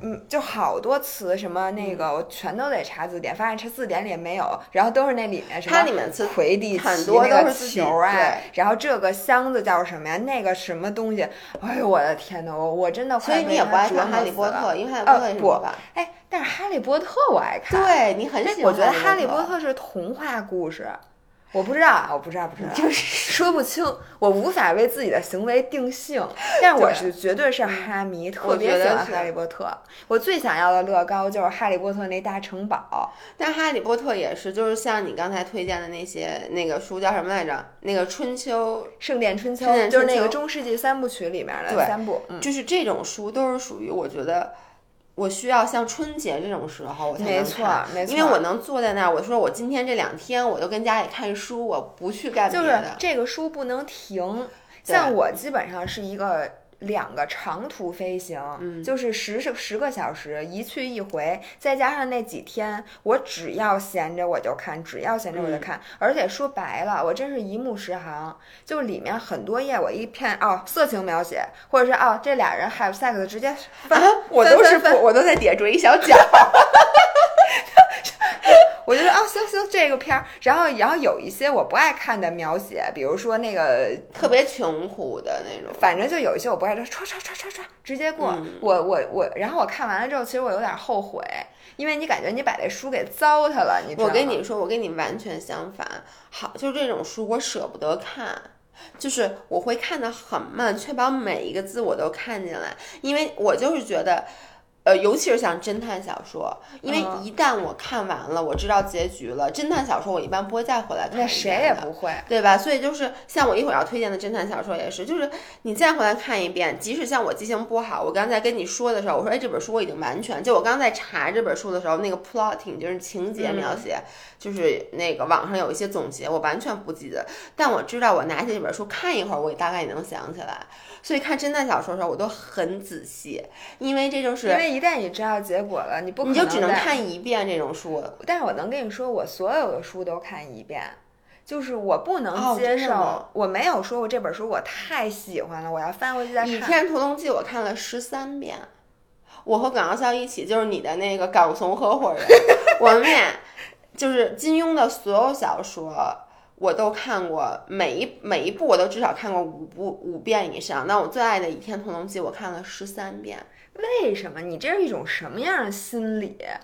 [SPEAKER 1] 嗯，就好多词，什么那
[SPEAKER 2] 嗯
[SPEAKER 1] 个，我全都得查字典，发现查字典里也没有，然后都是那里面什么
[SPEAKER 2] 它里面词
[SPEAKER 1] 魁地奇
[SPEAKER 2] 很多
[SPEAKER 1] 那
[SPEAKER 2] 都
[SPEAKER 1] 个
[SPEAKER 2] 是自己
[SPEAKER 1] 球啊
[SPEAKER 2] 对，
[SPEAKER 1] 然后这个箱子叫什么呀？那个什么东西？哎呦我的天呐，我我真的
[SPEAKER 2] 所
[SPEAKER 1] 快
[SPEAKER 2] 以你
[SPEAKER 1] 被
[SPEAKER 2] 也
[SPEAKER 1] 它
[SPEAKER 2] 不爱
[SPEAKER 1] 折
[SPEAKER 2] 看《
[SPEAKER 1] 磨
[SPEAKER 2] 哈利
[SPEAKER 1] 死
[SPEAKER 2] 波特
[SPEAKER 1] 了》，
[SPEAKER 2] 因为《哈利波特》
[SPEAKER 1] 呃
[SPEAKER 2] 也是
[SPEAKER 1] 不
[SPEAKER 2] 魔法。
[SPEAKER 1] 哎，但是《哈利波特》我爱看，
[SPEAKER 2] 对你很喜
[SPEAKER 1] 这
[SPEAKER 2] 欢，
[SPEAKER 1] 我觉得《哈利
[SPEAKER 2] 波
[SPEAKER 1] 波特》是童话故事，我不知道
[SPEAKER 2] 哦
[SPEAKER 1] 啊，我不知道，不知道，就是说不清，我无法为自己的行为定性。 但我
[SPEAKER 2] 对嗯
[SPEAKER 1] 是绝对是哈迷，特
[SPEAKER 2] 我
[SPEAKER 1] 别
[SPEAKER 2] 觉
[SPEAKER 1] 喜
[SPEAKER 2] 得
[SPEAKER 1] 欢《
[SPEAKER 2] 是
[SPEAKER 1] 哈利波特》。我最想要的乐高就是《哈利波特》那大城堡。
[SPEAKER 2] 但《哈利波特》也是，就是像你刚才推荐的那些那个书叫什么来着？那个春秋，
[SPEAKER 1] 圣殿春秋
[SPEAKER 2] 圣殿
[SPEAKER 1] 就是
[SPEAKER 2] 春
[SPEAKER 1] 那个
[SPEAKER 2] 秋
[SPEAKER 1] 中世纪三部曲里面的
[SPEAKER 2] 对
[SPEAKER 1] 三部，嗯，
[SPEAKER 2] 就是这种书都是属于我觉得。我需要像春节这种时候我才能
[SPEAKER 1] 没错
[SPEAKER 2] 看
[SPEAKER 1] 没错
[SPEAKER 2] 因为我能坐在那儿，我说我今天这两天我就跟家里看书，我不去干别
[SPEAKER 1] 就是
[SPEAKER 2] 的。
[SPEAKER 1] 这个书不能停。
[SPEAKER 2] 对
[SPEAKER 1] 像我基本上是一个两个长途飞行，就是十是十个小时，一去一回，再加上那几天，我只要闲着我就看，只要闲着我就看。而且说白了，我真是一目十行，就里面很多页我一片哦，色情描写，或者是哦这俩人 have sex 直接翻，
[SPEAKER 2] 我
[SPEAKER 1] 啊翻
[SPEAKER 2] 都是
[SPEAKER 1] 翻翻
[SPEAKER 2] 我我都在底下一小脚，
[SPEAKER 1] 我就说啊，行行，这个片儿，然后然后有一些我不爱看的描写，比如说那个
[SPEAKER 2] 特别穷苦的那种。
[SPEAKER 1] 反正就有一些我不爱的，唰唰唰唰唰，直接过。
[SPEAKER 2] 嗯
[SPEAKER 1] 我我我，然后我看完了之后，其实我有点后悔，因为你感觉你把这书给糟蹋了，你知道
[SPEAKER 2] 我
[SPEAKER 1] 吗？
[SPEAKER 2] 跟你说，我跟你完全相反。好，就这种书我舍不得看，就是我会看得很慢，确保每一个字我都看进来，因为我就是觉得。呃，尤其是像侦探小说，因为
[SPEAKER 1] 嗯
[SPEAKER 2] 一旦我看完了，我知道结局了。侦探小说我一般不会再回来看一遍
[SPEAKER 1] 那
[SPEAKER 2] 的，
[SPEAKER 1] 谁也不会。
[SPEAKER 2] 对吧？所以就是像我一会儿要推荐的侦探小说也是，就是你再回来看一遍，即使像我记性不好，我刚才跟你说的时候，我说哎这本书我已经完全，就我刚在查这本书的时候，那个 plotting 就是情
[SPEAKER 1] 嗯
[SPEAKER 2] 节描写，就是那个网上有一些总结，我完全不记得，但我知道我拿起这本书看一会儿，我也大概也能想起来。所以看侦探小说的时候，我都很仔细，因为这就是
[SPEAKER 1] 因为一旦你知道结果了，你不可
[SPEAKER 2] 你就只能
[SPEAKER 1] 再。
[SPEAKER 2] 看一遍这种书。
[SPEAKER 1] 但是我能跟你说，我所有的书都看一遍，就是我不能
[SPEAKER 2] 哦
[SPEAKER 1] 接
[SPEAKER 2] 真
[SPEAKER 1] 受，
[SPEAKER 2] 的吗
[SPEAKER 1] 我没有说过这本书我太喜欢了，我要翻回去再
[SPEAKER 2] 《倚
[SPEAKER 1] 看。
[SPEAKER 2] 天屠龙记》我看了十三遍，我和港潇潇一起，就是你的那个港怂合伙人，我们俩就是金庸的所有小说。我都看过，每一每一部我都至少看过五部五遍以上。那我最爱的《倚天屠龙记》，我看了十三遍，
[SPEAKER 1] 为什么？你这是一种什么样的心理？啊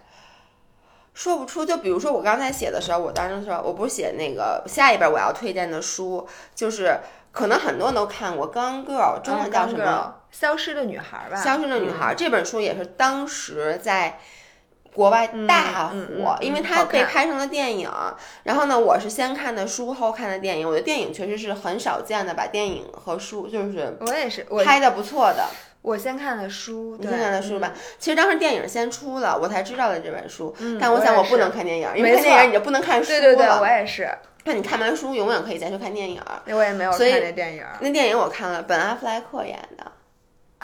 [SPEAKER 2] 说不出。就比如说我刚才写的时候，我当时说，我不是写那个下一本我要推荐的书，就是可能很多人都看过《Gone Girl》，中文叫什
[SPEAKER 1] 哦
[SPEAKER 2] 么？
[SPEAKER 1] girl，消失的女孩吧。
[SPEAKER 2] 消失的女孩》这本书也是当时在国外大火，
[SPEAKER 1] 嗯嗯嗯嗯
[SPEAKER 2] 因为
[SPEAKER 1] 好
[SPEAKER 2] 它
[SPEAKER 1] 看
[SPEAKER 2] 被拍成了电影。然后呢，我是先看的书，后看的电影。我觉得电影确实是很少见的，把电影和书就是
[SPEAKER 1] 嗯我也是，我
[SPEAKER 2] 拍的不错的。
[SPEAKER 1] 我先看的书，
[SPEAKER 2] 你
[SPEAKER 1] 对
[SPEAKER 2] 看看的书吧。其实当时电影先出了，我才知道的这本书。
[SPEAKER 1] 嗯
[SPEAKER 2] 但我想
[SPEAKER 1] 我
[SPEAKER 2] 我
[SPEAKER 1] 也
[SPEAKER 2] 不
[SPEAKER 1] 是
[SPEAKER 2] 能看电影，因为
[SPEAKER 1] 没
[SPEAKER 2] 看电
[SPEAKER 1] 错
[SPEAKER 2] 影你就不能看书
[SPEAKER 1] 对对对，
[SPEAKER 2] 了
[SPEAKER 1] 我也是，
[SPEAKER 2] 那你看完书，永远可以再去看电影。
[SPEAKER 1] 那我也没有看
[SPEAKER 2] 所以
[SPEAKER 1] 这电影。
[SPEAKER 2] 那电影我看了，本阿弗莱克演的，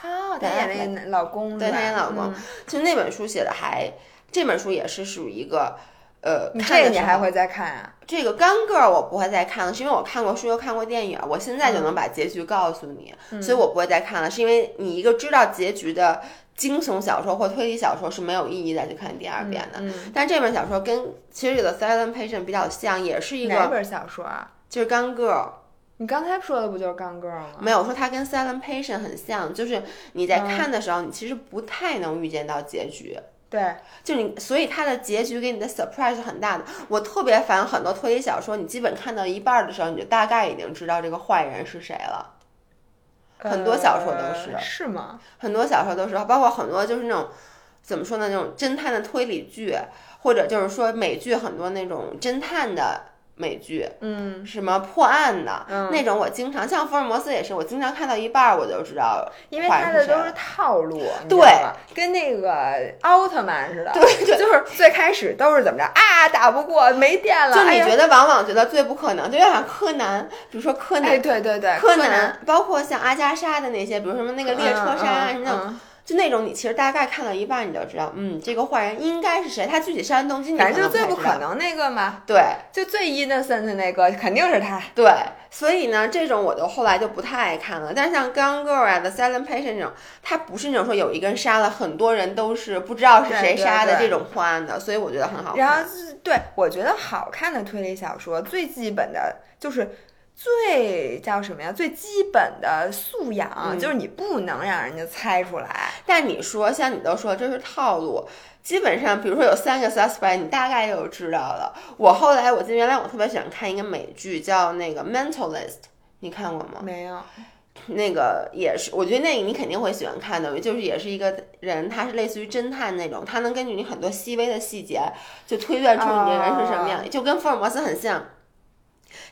[SPEAKER 1] 哦，他演那个男老公是吧，
[SPEAKER 2] 对她演老公
[SPEAKER 1] 嗯，
[SPEAKER 2] 其实那本书写的还，这本书也是属于一个，呃，
[SPEAKER 1] 你
[SPEAKER 2] 看
[SPEAKER 1] 这
[SPEAKER 2] 的
[SPEAKER 1] 你
[SPEAKER 2] 时候
[SPEAKER 1] 还会再看啊？
[SPEAKER 2] 这个干个儿我不会再看了，是因为我看过书又看过电影，我现在就
[SPEAKER 1] 嗯
[SPEAKER 2] 能把结局告诉你，所以我不会再看了，是因为你一个知道结局的惊悚小说或推理小说是没有意义再去看第二遍的。
[SPEAKER 1] 嗯，
[SPEAKER 2] 但这本小说跟其实这个《Silent Patient》比较像，也是一
[SPEAKER 1] 哪
[SPEAKER 2] 个
[SPEAKER 1] 本小说啊？
[SPEAKER 2] 就是干个儿，
[SPEAKER 1] 你刚才说的不就是《钢 girl》吗？
[SPEAKER 2] 没有说它跟《Silent Patient》很像，就是你
[SPEAKER 1] 嗯
[SPEAKER 2] 在看的时候，你其实不太能预见到结局。
[SPEAKER 1] 对，
[SPEAKER 2] 就你，所以它的结局给你的 surprise 是很大的。我特别烦很多推理小说，你基本看到一半儿的时候，你就大概已经知道这个坏人是谁了。很多小说都是
[SPEAKER 1] 呃是吗？
[SPEAKER 2] 很多小说都是，包括很多就是那种怎么说呢，那种侦探的推理剧，或者就是说美剧很多那种侦探的美剧，
[SPEAKER 1] 嗯，
[SPEAKER 2] 什么破案的、
[SPEAKER 1] 嗯
[SPEAKER 2] 那种，我经常像福尔摩斯也是，我经常看到一半儿我就知道，
[SPEAKER 1] 因为他的都是套路，你知道
[SPEAKER 2] 对
[SPEAKER 1] 吗？跟那个奥特曼似的，对对，就是最开始都是怎么着啊，打不过，没电了，
[SPEAKER 2] 就
[SPEAKER 1] 哎
[SPEAKER 2] 你
[SPEAKER 1] 呀
[SPEAKER 2] 觉得往往觉得最不可能，就有点像柯南，比如说柯南
[SPEAKER 1] 哎，对对对，柯
[SPEAKER 2] 柯南，包括像阿加莎的那些，比如什么那个列车杀啊什
[SPEAKER 1] 的，
[SPEAKER 2] 么的，
[SPEAKER 1] 嗯
[SPEAKER 2] 就那种你其实大概看到一半你就知道，嗯，这个坏人应该是谁，他具体杀人动机你
[SPEAKER 1] 反正就是最
[SPEAKER 2] 不
[SPEAKER 1] 不
[SPEAKER 2] 太知道
[SPEAKER 1] 可。能那个嘛，
[SPEAKER 2] 对
[SPEAKER 1] 就最 innocent 的那个肯定是他，
[SPEAKER 2] 对，所以呢，这种我就后来就不太爱看了。但是像《Gone Girl》啊，《The Silent Patient》这种，它不是那种说有一个人杀了很多人都是不知道是谁
[SPEAKER 1] 对对
[SPEAKER 2] 杀的
[SPEAKER 1] 对
[SPEAKER 2] 这种破案的，所以我觉得很好看。
[SPEAKER 1] 然后是对我觉得好看的推理小说最基本的就是最叫什么呀？最基本的素养、
[SPEAKER 2] 嗯
[SPEAKER 1] 就是你不能让人家猜出来。
[SPEAKER 2] 但你说，像你都说这是套路，基本上比如说有三个 suspect，你大概就知道了。我后来我记得原来我特别喜欢看一个美剧叫那个《Mentalist》，你看过吗？
[SPEAKER 1] 没有，
[SPEAKER 2] 那个也是，我觉得那个你肯定会喜欢看的，就是也是一个人，他是类似于侦探那种，他能根据你很多细微的细节，就推断出你这人是什么样，就跟福尔摩斯很像。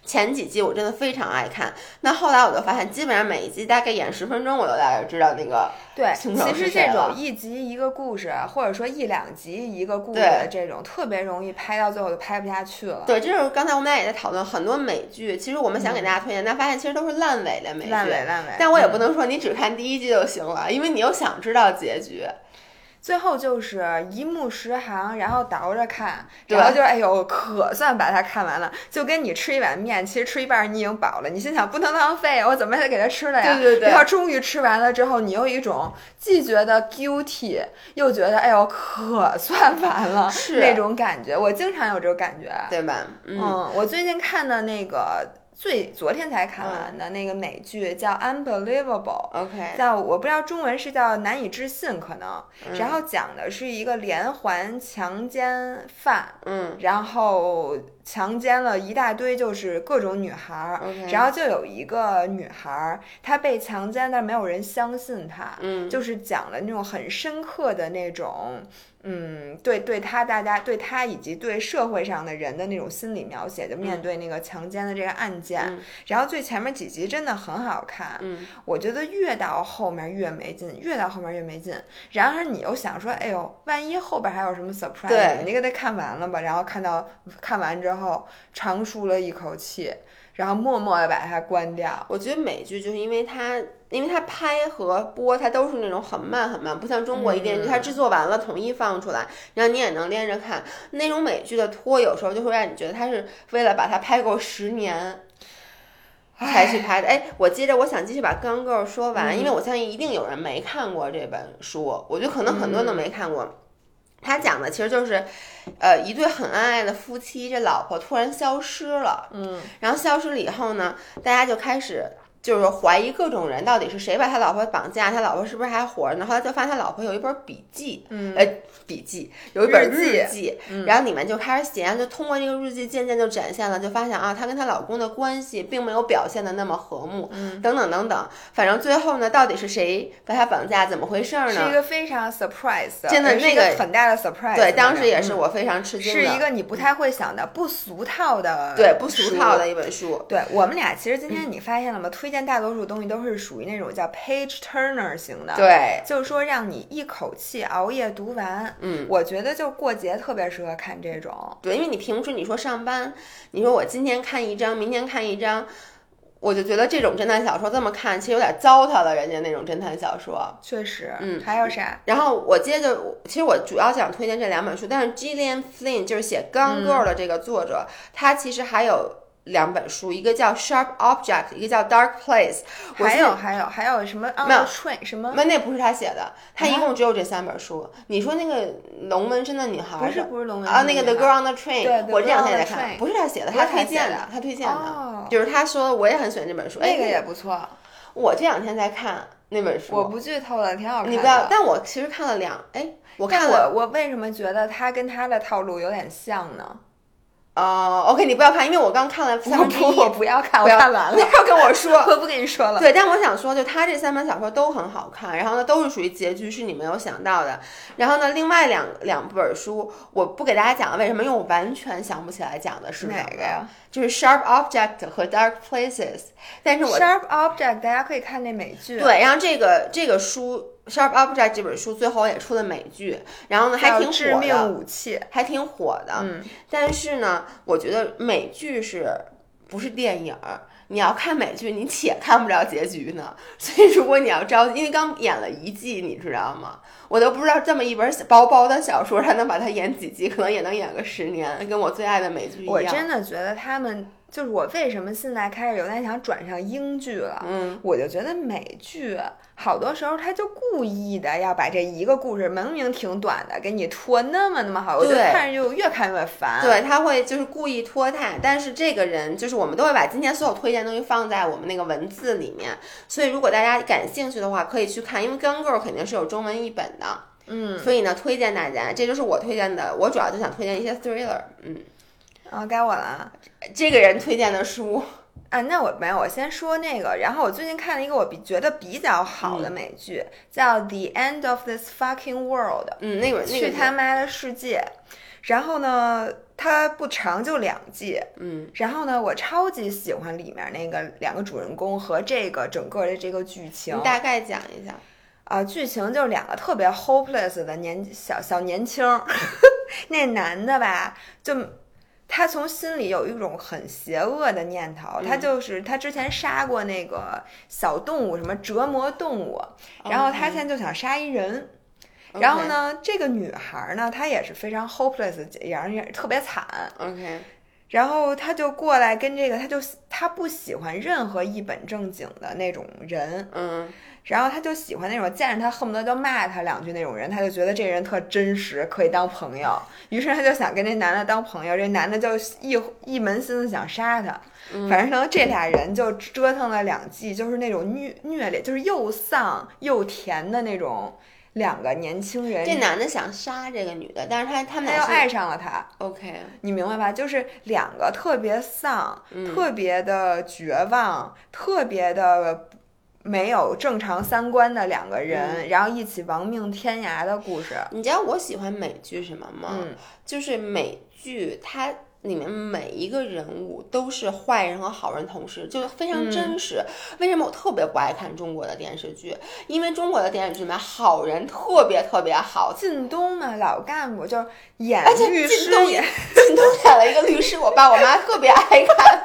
[SPEAKER 2] 前几季我真的非常爱看，那后来我就发现，基本上每一集大概演十分钟，我就大概知道那个
[SPEAKER 1] 对，
[SPEAKER 2] 凶手
[SPEAKER 1] 其
[SPEAKER 2] 是
[SPEAKER 1] 实
[SPEAKER 2] 谁
[SPEAKER 1] 这
[SPEAKER 2] 了
[SPEAKER 1] 种一集一个故事，或者说一两集一个故事
[SPEAKER 2] 对
[SPEAKER 1] 的这种，特别容易拍到最后就拍不下去了。
[SPEAKER 2] 对，这就是刚才我们俩也在讨论很多美剧，其实我们想给大家推荐，但发现其实都是烂尾的美剧。
[SPEAKER 1] 嗯烂尾，烂尾。
[SPEAKER 2] 但我也
[SPEAKER 1] 嗯
[SPEAKER 2] 不能说你只看第一季就行了，因为你又想知道结局。
[SPEAKER 1] 最后就是一目十行，然后倒着看，
[SPEAKER 2] 对
[SPEAKER 1] 然后就是哎呦，可算把它看完了，就跟你吃一碗面，其实吃一半儿你已经饱了，你心想不能浪费，我怎么也得给它吃了呀。
[SPEAKER 2] 对对对
[SPEAKER 1] 然后终于吃完了之后，你又一种既觉得 guilty，又觉得哎呦，可算完了
[SPEAKER 2] 是
[SPEAKER 1] 那种感觉。我经常有这种感觉。
[SPEAKER 2] 对吧？嗯，
[SPEAKER 1] 嗯，我最近看的那个最昨天才看完
[SPEAKER 2] 嗯
[SPEAKER 1] 的那个美剧叫《Unbelievable》。
[SPEAKER 2] OK，
[SPEAKER 1] 叫我不知道中文是叫难以置信，可能。
[SPEAKER 2] 嗯
[SPEAKER 1] 然后讲的是一个连环强奸犯，
[SPEAKER 2] 嗯
[SPEAKER 1] 然后强奸了一大堆，就是各种女孩儿。
[SPEAKER 2] ，OK，
[SPEAKER 1] 然后就有一个女孩儿，她被强奸，但是没有人相信她。
[SPEAKER 2] 嗯，
[SPEAKER 1] 就是讲了那种很深刻的那种，嗯，对对他大家对他以及对社会上的人的那种心理描写，就面对那个强奸的这个案件。
[SPEAKER 2] 嗯
[SPEAKER 1] 然后最前面几集真的很好看，
[SPEAKER 2] 嗯
[SPEAKER 1] 我觉得越到后面越没劲，越到后面越没劲。然而你又想说，哎呦，万一后边还有什么 surprise，
[SPEAKER 2] 对
[SPEAKER 1] 呢你给他看完了吧。然后看到看完之后长舒了一口气，然后默默的把它关掉。
[SPEAKER 2] 我觉得美剧就是因为它，因为它拍和播它都是那种很慢很慢，不像中国一电视剧，它制作完了统一放出来，然后你也能连着看。那种美剧的拖，有时候就会让你觉得它是为了把它拍够十年。才去拍的。哎，我接着我想继续把《钢 girl》说完，因为我相信一定有人没看过这本书，我觉得可能很多人都没看过。他讲的其实就是，呃，一对很恩爱的夫妻，这老婆突然消失了，嗯，然后消失了以后呢，大家就开始就是怀疑各种人到底是谁把他老婆绑架，他老婆是不是还活着呢？后来就发现他老婆有一本笔记，嗯，呃，笔记有一本
[SPEAKER 1] 日记
[SPEAKER 2] 日记，然后里面就开始写，然后就通过这个日记渐渐就展现了，就发现啊，她跟她老公的关系并没有表现的那么和睦，嗯，等等等等，反正最后呢，到底是谁把她绑架，怎么回事儿
[SPEAKER 1] 是一
[SPEAKER 2] 呢？
[SPEAKER 1] 个非常 surprise 的，
[SPEAKER 2] 真的
[SPEAKER 1] 也是一
[SPEAKER 2] 那个
[SPEAKER 1] 很大的 surprise 的那种。
[SPEAKER 2] 对，当时也是
[SPEAKER 1] 嗯
[SPEAKER 2] 我非常吃惊的，嗯
[SPEAKER 1] 是一个你不太会想的不俗套的，
[SPEAKER 2] 对不俗套的。一本书。
[SPEAKER 1] 对我们俩其实今天你发现了吗？推推荐大多数东西都是属于那种叫 page turner 型的，，
[SPEAKER 2] 对，
[SPEAKER 1] 就是说让你一口气熬夜读完。
[SPEAKER 2] 嗯。
[SPEAKER 1] 我觉得就过节特别适合看这种，
[SPEAKER 2] 对，因为你平时你说上班，你说我今天看一章，明天看一章，我就觉得这种侦探小说这么看，其实有点糟蹋了人家那种侦探小说。
[SPEAKER 1] 确实。
[SPEAKER 2] 嗯
[SPEAKER 1] 还有啥？
[SPEAKER 2] 然后我接着，其实我主要想推荐这两本书，但是 Gillian Flynn 就是写《Gone Girl》的这个作者，他其实还有两本书，一个叫《Sharp Object》，一个叫《Dark Place》。我
[SPEAKER 1] 还
[SPEAKER 2] 现在
[SPEAKER 1] 有还有还有什么 on
[SPEAKER 2] 没有
[SPEAKER 1] the train 什么？
[SPEAKER 2] 那那不是他写的，他
[SPEAKER 1] 啊
[SPEAKER 2] 一共只有这三本书。你说那个龙纹身的女孩
[SPEAKER 1] 不是
[SPEAKER 2] 的
[SPEAKER 1] 不是龙纹
[SPEAKER 2] 啊，
[SPEAKER 1] 身
[SPEAKER 2] 那个
[SPEAKER 1] 的
[SPEAKER 2] The
[SPEAKER 1] 女
[SPEAKER 2] Girl on the Train，
[SPEAKER 1] 对，The
[SPEAKER 2] 我这两
[SPEAKER 1] Girl
[SPEAKER 2] 天
[SPEAKER 1] on
[SPEAKER 2] 在
[SPEAKER 1] the
[SPEAKER 2] 看，
[SPEAKER 1] Train
[SPEAKER 2] 不是他写的，
[SPEAKER 1] 不是
[SPEAKER 2] 他
[SPEAKER 1] 他
[SPEAKER 2] 推
[SPEAKER 1] 写
[SPEAKER 2] 荐
[SPEAKER 1] 的
[SPEAKER 2] 的，他推荐的
[SPEAKER 1] 哦，
[SPEAKER 2] 就是他说我也很喜欢这本书，
[SPEAKER 1] 那个
[SPEAKER 2] 哎
[SPEAKER 1] 也不错，
[SPEAKER 2] 我这两天在看那本
[SPEAKER 1] 我
[SPEAKER 2] 书，
[SPEAKER 1] 不剧透了，挺好看的。
[SPEAKER 2] 你不要，但我其实看了两，哎，我看
[SPEAKER 1] 但
[SPEAKER 2] 了，
[SPEAKER 1] 我我为什么觉得他跟他的套路有点像呢？
[SPEAKER 2] 哦，OK，你不要看，因为我刚看了三
[SPEAKER 1] 我
[SPEAKER 2] 分之
[SPEAKER 1] 不
[SPEAKER 2] 一，
[SPEAKER 1] 我不要看，我
[SPEAKER 2] 不要
[SPEAKER 1] 看完
[SPEAKER 2] 不
[SPEAKER 1] 了，
[SPEAKER 2] 要跟我说，
[SPEAKER 1] 我不跟你说了。
[SPEAKER 2] 对，但我想说，就他这三本小说都很好看，然后呢，都是属于结局是你没有想到的。然后呢，另外两两本书我不给大家讲了为什么，因为我完全想不起来讲的是
[SPEAKER 1] 哪
[SPEAKER 2] 什么
[SPEAKER 1] 个呀？
[SPEAKER 2] 就是《Sharp Object》和《Dark Places》，但是我
[SPEAKER 1] Sharp Object，大家可以看那美剧，，
[SPEAKER 2] 对，然后这个这个书《Sharp Object》这本书最后也出了美剧，然后呢还挺
[SPEAKER 1] 致
[SPEAKER 2] 火
[SPEAKER 1] 命
[SPEAKER 2] 的，
[SPEAKER 1] 武器。
[SPEAKER 2] 还挺火的。
[SPEAKER 1] 嗯，
[SPEAKER 2] 但是呢，我觉得美剧是不是电影儿？你要看美剧，你且看不了结局呢。 所以如果你要着急，因为刚演了一季，你知道吗？我都不知道这么一本薄薄的小说，还能把它演几季，可能也能演个十年，跟我最爱的美剧一
[SPEAKER 1] 我
[SPEAKER 2] 样。
[SPEAKER 1] 真的觉得他们就是我为什么现在开始有点想转上英剧了。
[SPEAKER 2] 嗯，
[SPEAKER 1] 我就觉得美剧好多时候他就故意的要把这一个故事明明挺短的给你拖那么那么好，我就
[SPEAKER 2] 对
[SPEAKER 1] 看着就越看越烦。
[SPEAKER 2] 对，他会就是故意拖沓，但是这个人就是我们都会把今天所有推荐的东西放在我们那个文字里面，所以如果大家感兴趣的话，可以去看，因为《Gone Girl》肯定是有中文译本的。
[SPEAKER 1] 嗯，
[SPEAKER 2] 所以呢，推荐大家，这就是我推荐的。我主要就想推荐一些 thriller，嗯，
[SPEAKER 1] 然后该我了啊。
[SPEAKER 2] 这个人推荐的书，
[SPEAKER 1] 啊，那我没有，我先说那个。然后我最近看了一个我比觉得比较好
[SPEAKER 2] 嗯
[SPEAKER 1] 的美剧，叫《The End of This Fucking World》，
[SPEAKER 2] 嗯，那个那个
[SPEAKER 1] 去他，妈的世界。然后呢，它不长，就两季。
[SPEAKER 2] 嗯，
[SPEAKER 1] 然后呢，我超级喜欢里面那个两个主人公和这个整个的这个剧
[SPEAKER 2] 你
[SPEAKER 1] 情。
[SPEAKER 2] 大概讲一下，
[SPEAKER 1] 啊，剧情就是两个特别 hopeless 的年小小年轻儿， 那男的吧，就他从心里有一种很邪恶的念头，他就是他之前杀过那个小动物，什么折磨动物，然后他现在就想杀一人。然后呢，这个女孩儿呢，她也是非常 hopeless，也让人特别惨。
[SPEAKER 2] ，OK，
[SPEAKER 1] 然后她就过来跟这个，她就她不喜欢任何一本正经的那种人，
[SPEAKER 2] 嗯，
[SPEAKER 1] 然后他就喜欢那种见着他恨不得就骂他两句那种人，他就觉得这人特真实，可以当朋友。于是他就想跟这男的当朋友，这男的就一一门心思想杀他。
[SPEAKER 2] 嗯
[SPEAKER 1] 反正呢，这俩人就折腾了两季，就是那种虐虐恋，就是又丧又甜的那种两个年轻人。
[SPEAKER 2] 这男的想杀这个女的，但是他他们
[SPEAKER 1] 他又
[SPEAKER 2] 俩是
[SPEAKER 1] 爱上了他，
[SPEAKER 2] OK，
[SPEAKER 1] 你明白吧？就是两个特别丧、
[SPEAKER 2] 嗯
[SPEAKER 1] 特别的绝望、特别的没有正常三观的两个人，
[SPEAKER 2] 嗯
[SPEAKER 1] 然后一起亡命天涯的故事。
[SPEAKER 2] 你知道我喜欢美剧什么吗？
[SPEAKER 1] 嗯，
[SPEAKER 2] 就是美剧它。里面每一个人物都是坏人和好人同时，就是非
[SPEAKER 1] 嗯
[SPEAKER 2] 常真实。为什么我特别不爱看中国的电视剧？因为中国的电视剧里面好人特别特别好，
[SPEAKER 1] 靳东嘛，老干部就是演
[SPEAKER 2] 而且
[SPEAKER 1] 律
[SPEAKER 2] 靳
[SPEAKER 1] 师
[SPEAKER 2] 东
[SPEAKER 1] 也
[SPEAKER 2] 也，靳东演了一个律师，我爸我妈特别爱看。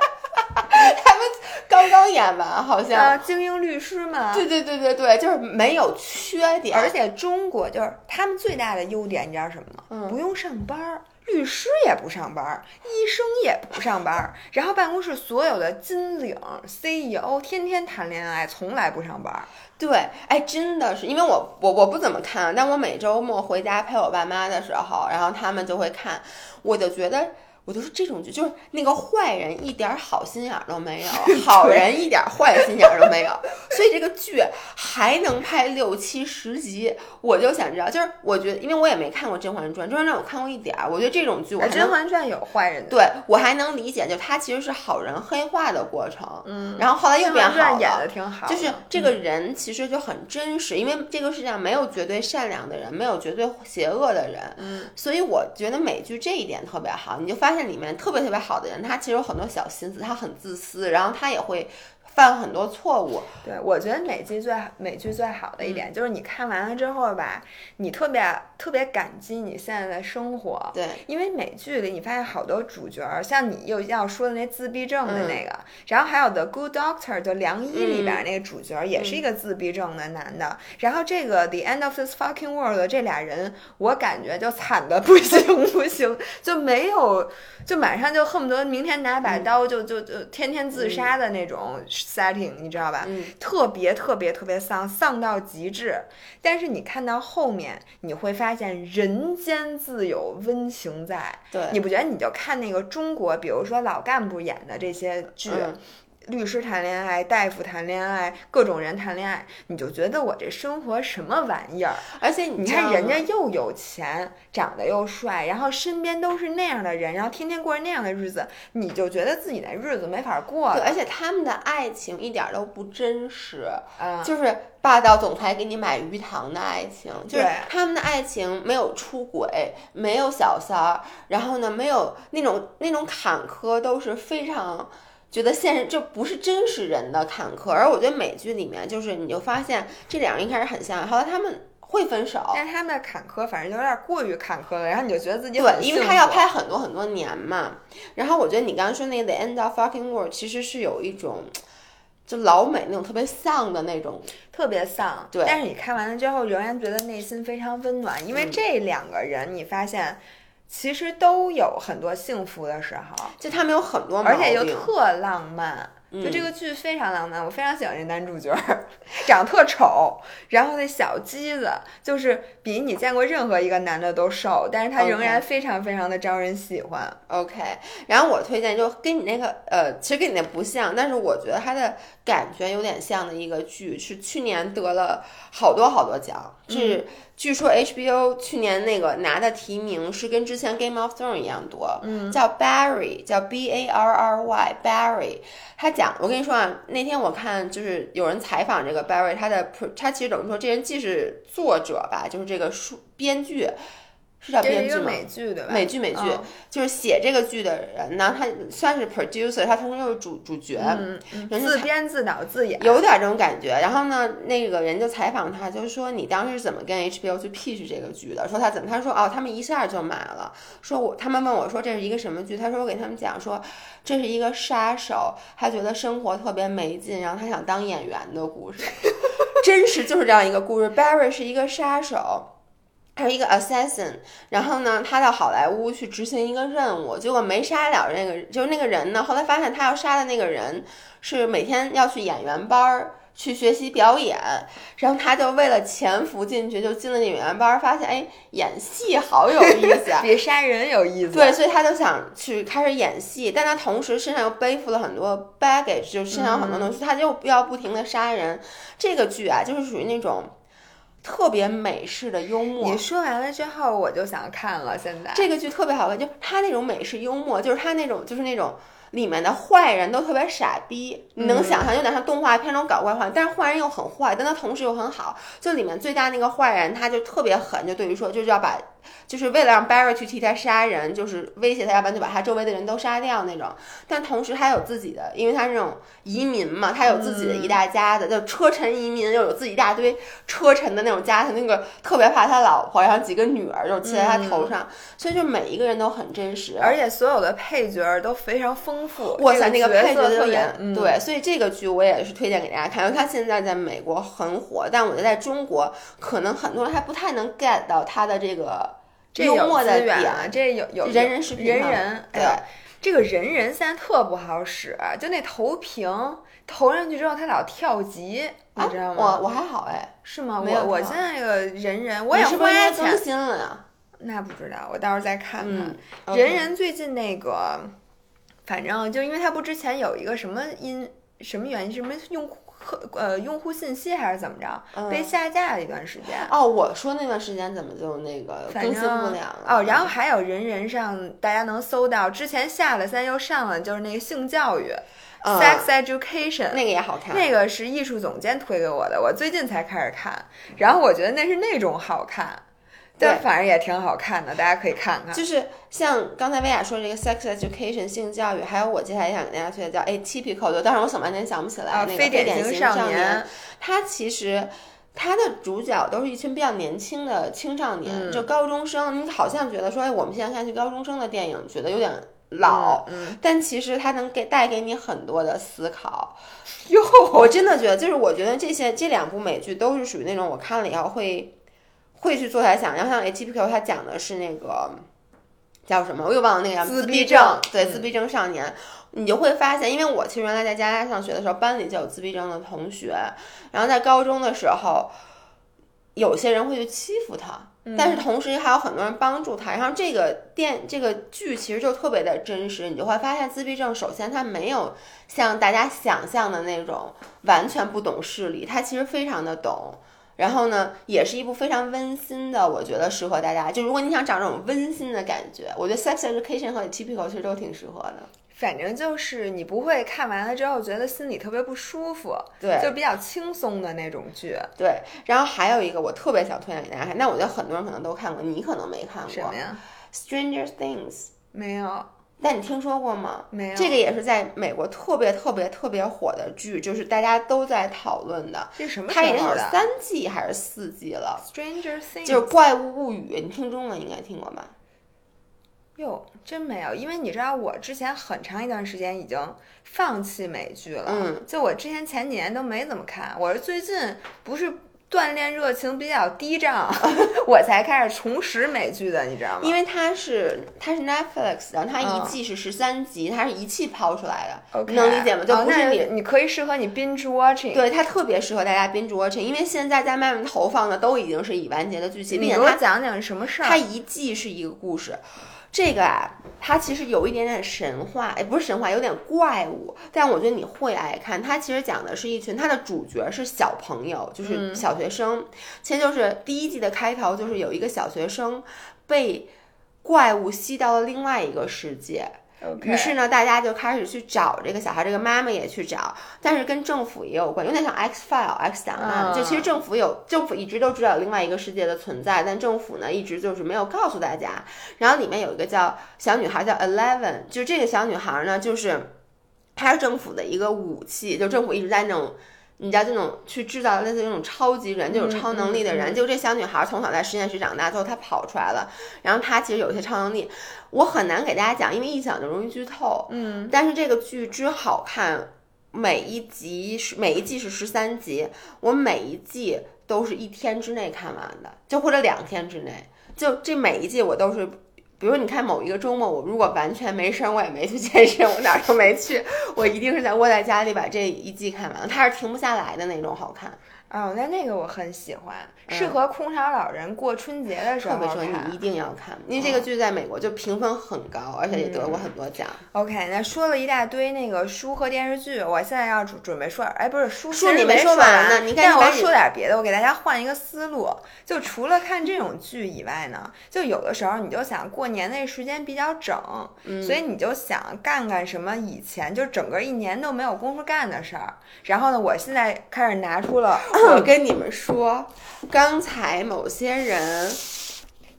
[SPEAKER 2] 他们刚刚演完，好像、
[SPEAKER 1] 啊，精英律师嘛。
[SPEAKER 2] 对对对对对，就是没有缺点，
[SPEAKER 1] 而且中国就是他们最大的优点，你知道什么吗？
[SPEAKER 2] 嗯
[SPEAKER 1] 不用上班儿，律师也不上班儿，医生也不上班 儿，然后办公室所有的金领 CEO 天天谈恋爱，从来不上班儿。
[SPEAKER 2] 对，哎，真的是，因为我我我不怎么看，啊但我每周末回家陪我爸妈的时候，然后他们就会看，我就觉得。我就说这种剧就是那个坏人一点儿好心眼儿都没 有，好人一点儿坏心眼儿都没有，所以这个剧还能拍六七十集，我就想知道，就是我觉得，因为我也没看过《甄嬛传》，《甄嬛传》我看过一点儿，我觉得这种剧我
[SPEAKER 1] 哎
[SPEAKER 2] 还
[SPEAKER 1] 《
[SPEAKER 2] 能
[SPEAKER 1] 甄嬛传》有坏人的，
[SPEAKER 2] 对我还能理解，就它其实是好人黑化的过程，嗯，然后后来又
[SPEAKER 1] 甄
[SPEAKER 2] 变
[SPEAKER 1] 嬛传
[SPEAKER 2] 好》
[SPEAKER 1] 演
[SPEAKER 2] 了
[SPEAKER 1] 的挺好的，嗯
[SPEAKER 2] 就是这个人其实就很真实，因为这个世界上没有绝对善良的人，没有绝对邪恶的人，嗯，所以我觉得美剧这一点特别好，你就发现里面特别特别好的人，他其实有很多小心思，他很自私，然后他也会。犯很多错误。
[SPEAKER 1] 对，我觉得美剧最好，美剧最好的一
[SPEAKER 2] 嗯
[SPEAKER 1] 点、就是你看完了之后吧，你特别特别感激你现在的生活。
[SPEAKER 2] 对，
[SPEAKER 1] 因为美剧里你发现好多主角儿，像你又要说的那自闭症的那个，然后还有《The Good Doctor》就《良医》里边儿那个主角儿也是一个自闭症的男的，然后这个《The End of This Fucking World》这俩人，我感觉就惨的不行不行， 就没有就马上就恨不得明天拿把刀就就就天天自杀的那种 setting，你知道吧？
[SPEAKER 2] 嗯
[SPEAKER 1] 特别特别特别丧，丧到极致。但是你看到后面，你会发现人间自有温情在。
[SPEAKER 2] 对，
[SPEAKER 1] 你不觉得？你就看那个中国，比如说老干部演的这些剧，
[SPEAKER 2] 嗯
[SPEAKER 1] 律师谈恋爱，大夫谈恋爱，各种人谈恋爱，你就觉得我这生活什么玩意儿？
[SPEAKER 2] 而且你
[SPEAKER 1] 你
[SPEAKER 2] 知道
[SPEAKER 1] 看人
[SPEAKER 2] 吗
[SPEAKER 1] 家又有钱，长得又帅，然后身边都是那样的人，然后天天过着那样的日子，你就觉得自己的日子没法过
[SPEAKER 2] 对，
[SPEAKER 1] 了。
[SPEAKER 2] 而且他们的爱情一点儿都不真实，
[SPEAKER 1] 嗯，
[SPEAKER 2] 就是霸道总裁给你买鱼塘的爱情，就是
[SPEAKER 1] 对
[SPEAKER 2] 他们的爱情没有出轨，没有小三儿，然后呢，没有那种那种坎坷，都是非常觉得现实，就不是真实人的坎坷。而我觉得美剧里面，就是你就发现这两人一开始很像，后来他们会分手，
[SPEAKER 1] 但是他们的坎坷反正有点过于坎坷了，然后你就觉得自己
[SPEAKER 2] 对
[SPEAKER 1] 很，
[SPEAKER 2] 因为
[SPEAKER 1] 幸
[SPEAKER 2] 他要
[SPEAKER 1] 福
[SPEAKER 2] 拍很多很多年嘛。然后我觉得你刚刚说那个《The End of Fucking World》其实是有一种就老美那种特别丧的那种，
[SPEAKER 1] 特别丧，
[SPEAKER 2] 对
[SPEAKER 1] 但是你看完了之后，仍然觉得内心非常温暖，
[SPEAKER 2] 嗯
[SPEAKER 1] 因为这两个人，你发现其实都有很多幸福的时候，
[SPEAKER 2] 就他们有很多毛
[SPEAKER 1] 而
[SPEAKER 2] 病，嗯
[SPEAKER 1] 且又特浪漫。就这个剧非常浪漫，我非常喜欢这男主角，长得特丑，然后那小鸡子就是比你见过任何一个男的都瘦，但是他仍然非常非常的招人喜欢。
[SPEAKER 2] OK，然后我推荐就跟你那个呃，其实跟你那不像，但是我觉得它的感觉有点像的一个剧，是去年得了好多好多奖，
[SPEAKER 1] 嗯
[SPEAKER 2] 是据说 HBO 去年那个拿的提名是跟之前 Game of Thrones 一样多，嗯，叫 Barry，叫 B A R R Y Barry，他讲我跟你说啊，那天我看就是有人采访这个 Barry，他的 pro- 他其实等于说这人既是作者吧，就是这个书编剧。是叫
[SPEAKER 1] 这是
[SPEAKER 2] 编
[SPEAKER 1] 一
[SPEAKER 2] 剧
[SPEAKER 1] 个
[SPEAKER 2] 吗？
[SPEAKER 1] 美剧对吧？
[SPEAKER 2] 美剧美剧、
[SPEAKER 1] 嗯
[SPEAKER 2] 就是写这个剧的人呢，他算是 producer，他同时又是主主角，
[SPEAKER 1] 嗯
[SPEAKER 2] 人家
[SPEAKER 1] 自
[SPEAKER 2] 采
[SPEAKER 1] 编自导自演，
[SPEAKER 2] 有点这种感觉。然后呢，那个人就采访他，就说你当时怎么跟 HBO 去 pitch 这个剧的？说他怎么？他说哦，他们一下就买了。说我他们问我说这是一个什么剧？他说我给他们讲说这是一个杀手，他觉得生活特别没劲，然后他想当演员的故事。真实就是这样一个故事。Barry 是一个杀手。他是一个 assassin，然后呢，他到好莱坞去执行一个任务，结果没杀了那个，就是那个人呢。后来发现他要杀的那个人是每天要去演员班儿去学习表演，然后他就为了潜伏进去，就进了演员班儿，发现哎，演戏好有意 思啊，
[SPEAKER 1] 比杀人有意思。
[SPEAKER 2] 对， 所以他就想去开始演戏，但他同时身上又背负了很多 baggage，就身上有很多东西，他就要不停的杀人。这个剧啊，就是属于那种特别美式的幽默
[SPEAKER 1] 你。说完了之后，我就想看了。现在
[SPEAKER 2] 这个剧特别好看，就他那种美式幽默，就是他那种就是那种里面的坏人都特别傻逼，你能想象有点像动画片那种搞怪坏，但是坏人又很坏，但他同时又很好。就里面最大那个坏人，他就特别狠，就对于说就是要把。就是为了让 Barry 去替他杀人，就是威胁他，要不然就把他周围的人都杀掉那种。但同时他有自己的，因为他是那种移民嘛，他有自己的一大家
[SPEAKER 1] 嗯
[SPEAKER 2] 子，就车臣移民又有自己一大堆车臣的那种家庭，那个特别怕他老婆，然后几个女儿就骑在他头上，所以就每一个人都很真实。
[SPEAKER 1] 嗯而且所有的配角儿都非常丰富。
[SPEAKER 2] 哇塞，那
[SPEAKER 1] 这
[SPEAKER 2] 个
[SPEAKER 1] 个
[SPEAKER 2] 配角
[SPEAKER 1] 色特
[SPEAKER 2] 都
[SPEAKER 1] 别
[SPEAKER 2] 演、
[SPEAKER 1] 嗯、
[SPEAKER 2] 对，所以这个剧我也是推荐给大家看，因为它现在在美国很火，但我觉得在中国可能很多人还不太能 get 到它的这个
[SPEAKER 1] 这
[SPEAKER 2] 幽
[SPEAKER 1] 有
[SPEAKER 2] 默的
[SPEAKER 1] 资源啊，
[SPEAKER 2] 点。
[SPEAKER 1] 这有有
[SPEAKER 2] 人人视频
[SPEAKER 1] 人
[SPEAKER 2] 嘛
[SPEAKER 1] 人
[SPEAKER 2] 对
[SPEAKER 1] 哎呀这个人人现在特不好使，就那投屏投上去之后，它老跳级，你
[SPEAKER 2] 啊
[SPEAKER 1] 知道
[SPEAKER 2] 我
[SPEAKER 1] 吗？
[SPEAKER 2] 我还好哎，
[SPEAKER 1] 是吗？
[SPEAKER 2] 没有
[SPEAKER 1] 我我
[SPEAKER 2] 跳
[SPEAKER 1] 现在这个人人我也
[SPEAKER 2] 你是不
[SPEAKER 1] 花
[SPEAKER 2] 是应该
[SPEAKER 1] 钱，
[SPEAKER 2] 更新了呀？
[SPEAKER 1] 那不知道，我到时候再看看。
[SPEAKER 2] 嗯
[SPEAKER 1] 人
[SPEAKER 2] OK
[SPEAKER 1] 人最近那个，反正就因为他不之前有一个什么因什么原因，什么用户呃用户信息还是怎么着、被下架了一段时间。
[SPEAKER 2] 嗯哦，我说那段时间怎么就那个
[SPEAKER 1] 反
[SPEAKER 2] 更
[SPEAKER 1] 正
[SPEAKER 2] 新不了了
[SPEAKER 1] 哦，然后还有人人上，大家能搜到之前下了，现在又上了，就是那个性教育、
[SPEAKER 2] 嗯
[SPEAKER 1] s e x education）
[SPEAKER 2] 那个也好看，
[SPEAKER 1] 那个是艺术总监推给我的，我最近才开始看，然后我觉得那是那种好看，但反正也挺好看的，大家可以看看。
[SPEAKER 2] 就是像刚才薇娅说这个 sex education 性教育，还有我接下来想给大家推荐叫哎 Atypical 的，当然我想半天想不起来、
[SPEAKER 1] 啊
[SPEAKER 2] 那
[SPEAKER 1] 非
[SPEAKER 2] 个非
[SPEAKER 1] 典
[SPEAKER 2] 典
[SPEAKER 1] 型
[SPEAKER 2] 型
[SPEAKER 1] 少
[SPEAKER 2] 年，
[SPEAKER 1] 年
[SPEAKER 2] 它其实。它的主角都是一群比较年轻的青少年，
[SPEAKER 1] 嗯
[SPEAKER 2] 就高中生。你好像觉得说，哎，我们现在看去高中生的电影，觉得有点老，
[SPEAKER 1] 嗯
[SPEAKER 2] 但其实它能给带给你很多的思考。
[SPEAKER 1] 哟，
[SPEAKER 2] 我真的觉得，就是我觉得这些这两部美剧都是属于那种我看了以后会会去坐下来想。然后像《Atypical》，它讲的是那个叫什么，我又忘了那个叫
[SPEAKER 1] 自闭
[SPEAKER 2] 闭
[SPEAKER 1] 症
[SPEAKER 2] 对，
[SPEAKER 1] 嗯
[SPEAKER 2] 自闭症少年。你就会发现，因为我其实原来在加拿大上学的时候，班里就有自闭症的同学，然后在高中的时候，有些人会去欺负他，
[SPEAKER 1] 嗯
[SPEAKER 2] 但是同时还有很多人帮助他。然后这个电这个剧其实就特别的真实，你就会发现自闭症首先他没有像大家想象的那种完全不懂事理，他其实非常的懂。然后呢，也是一部非常温馨的，我觉得适合大家。就如果你想找这种温馨的感觉，我觉得《Sex Education》和《Typical》其实都挺适合的。
[SPEAKER 1] 反正就是你不会看完了之后觉得心里特别不舒服，
[SPEAKER 2] 对
[SPEAKER 1] 就比较轻松的那种剧。
[SPEAKER 2] 对，然后还有一个我特别想推荐给大家看，但我觉得很多人可能都看过，你可能没看过。
[SPEAKER 1] 什么呀？
[SPEAKER 2] Stranger Things，
[SPEAKER 1] 没有，
[SPEAKER 2] 但你听说过吗？
[SPEAKER 1] 没有。
[SPEAKER 2] 这个也是在美国特别特别特别火的剧，就是大家都在讨论的。
[SPEAKER 1] 这什么时
[SPEAKER 2] 它已经
[SPEAKER 1] 候
[SPEAKER 2] 有
[SPEAKER 1] 的
[SPEAKER 2] 三季还是四季了，
[SPEAKER 1] ？Stranger Things
[SPEAKER 2] 就是《怪物物语》，你听中文应该听过吧？
[SPEAKER 1] 哟，真没有，因为你知道我之前很长一段时间已经放弃美剧了，
[SPEAKER 2] 嗯，
[SPEAKER 1] 就我之前前几年都没怎么看，我是最近不是锻炼热情比较低涨， 我才开始重拾美剧的，你知道吗？
[SPEAKER 2] 因为它是它是 Netflix，然后它
[SPEAKER 1] 嗯
[SPEAKER 2] 一季是十三集，它是一气抛出来的
[SPEAKER 1] OK
[SPEAKER 2] 能理解吗？就
[SPEAKER 1] 哦
[SPEAKER 2] 不
[SPEAKER 1] 那
[SPEAKER 2] 是你
[SPEAKER 1] 你可以适合你 binge watching，，
[SPEAKER 2] 对它特别适合大家 binge watching，因为现在在慢慢投放的都已经是已完结的剧集，
[SPEAKER 1] 你
[SPEAKER 2] 并且
[SPEAKER 1] 给我
[SPEAKER 2] 它
[SPEAKER 1] 讲讲什么事
[SPEAKER 2] 它
[SPEAKER 1] 儿？
[SPEAKER 2] 一季是一个故事。这个啊，它其实有一点点神话，哎也不是神话，有点怪物，但我觉得你会爱看。它其实讲的是一群，它的主角是小朋友，
[SPEAKER 1] 嗯
[SPEAKER 2] 就是小学生。其实就是第一季的开头，就是有一个小学生被怪物吸到了另外一个世界，于是呢，大家就开始去找这个小孩，这个妈妈也去找，但是跟政府也有关，有点像 X file X 档案。
[SPEAKER 1] 嗯
[SPEAKER 2] 就其实政府有政府一直都知道有另外一个世界的存在，但政府呢一直就是没有告诉大家。然后里面有一个叫小女孩叫 Eleven，就这个小女孩呢，就是她是政府的一个武器，就政府一直在那种。你知道这种去制造类似这种超级人，就有超能力的人，就这小女孩从小在实验室长大，最后她跑出来了，然后她其实有一些超能力，我很难给大家讲，因为一讲就容易剧透。嗯，但是这个剧之好看，每一集是每一季是十三集，我每一季都是一天之内看完的，就或者两天之内，就这每一季我都是。比如你看某一个周末，我如果完全没事儿，我也没去健身，我哪儿都没去， 我一定是在窝在家里把这一季看完，它是停不下来的那种好看。
[SPEAKER 1] 哦，那那个我很喜欢，
[SPEAKER 2] 嗯
[SPEAKER 1] 适合空巢老人过春节的时
[SPEAKER 2] 特
[SPEAKER 1] 候
[SPEAKER 2] 别说
[SPEAKER 1] 啊看嗯
[SPEAKER 2] 你一定要看，因为这个剧在美国就评分很高，而且也得过很多奖。
[SPEAKER 1] OK，那说了一大堆那个书和电视剧，我现在要准准备说，哎，不是书
[SPEAKER 2] 书
[SPEAKER 1] 其实
[SPEAKER 2] 你
[SPEAKER 1] 没
[SPEAKER 2] 没
[SPEAKER 1] 说
[SPEAKER 2] 说完呢你赶紧
[SPEAKER 1] 但我
[SPEAKER 2] 把
[SPEAKER 1] 要
[SPEAKER 2] 你
[SPEAKER 1] 说点别的，我给大家换一个思路。就除了看这种剧以外呢，就有的时候你就想过年那时间比较整，
[SPEAKER 2] 嗯
[SPEAKER 1] 所以你就想干干什么以前就整个一年都没有功夫干的事儿。然后呢，我现在开始拿出 了，
[SPEAKER 2] 我跟你们说，刚才某些人，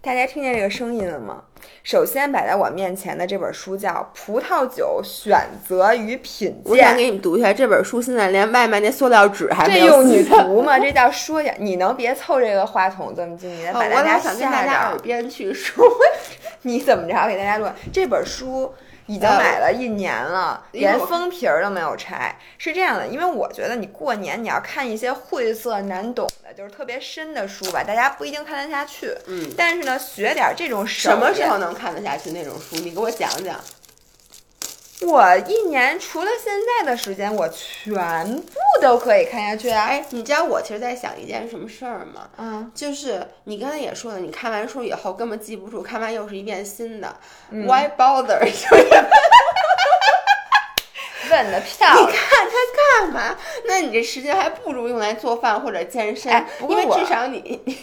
[SPEAKER 1] 大家听见这个声音了吗？首先摆在我面前的这本书叫《葡萄酒选择与品鉴》，
[SPEAKER 2] 我想给你们读一下这本书，现在连外面那塑料纸还
[SPEAKER 1] 这
[SPEAKER 2] 没
[SPEAKER 1] 用
[SPEAKER 2] 撕
[SPEAKER 1] 你读吗？这叫说呀，你能别凑这个话筒这么近，你得 把
[SPEAKER 2] 哦我
[SPEAKER 1] 家
[SPEAKER 2] 老想跟
[SPEAKER 1] 吓
[SPEAKER 2] 大
[SPEAKER 1] 着。
[SPEAKER 2] 家耳边 去说，
[SPEAKER 1] 你怎么着？给大家录这本书。已经买了一年了，
[SPEAKER 2] 呃因为
[SPEAKER 1] 连
[SPEAKER 2] 我
[SPEAKER 1] 封皮儿都没有拆。是这样的，因为我觉得你过年你要看一些晦涩难懂的，就是特别深的书吧，大家不一定看得下去。
[SPEAKER 2] 嗯，
[SPEAKER 1] 但是呢，学点这种手艺
[SPEAKER 2] 什么时候能看得下去那种书？你给我讲讲。
[SPEAKER 1] 我一年除了现在的时间，我全部都可以看下去啊。
[SPEAKER 2] 哎，你知道我其实在想一件什么事儿吗？
[SPEAKER 1] 嗯，
[SPEAKER 2] 就是你刚才也说了，你看完书以后根本记不住，看完又是一遍新的、w
[SPEAKER 1] 嗯
[SPEAKER 2] h y bother？就是
[SPEAKER 1] 问的漂亮
[SPEAKER 2] 你。看他干嘛？那你这时间还不如用来做饭或者健身，
[SPEAKER 1] 哎不过
[SPEAKER 2] 因为
[SPEAKER 1] 我
[SPEAKER 2] 至少你你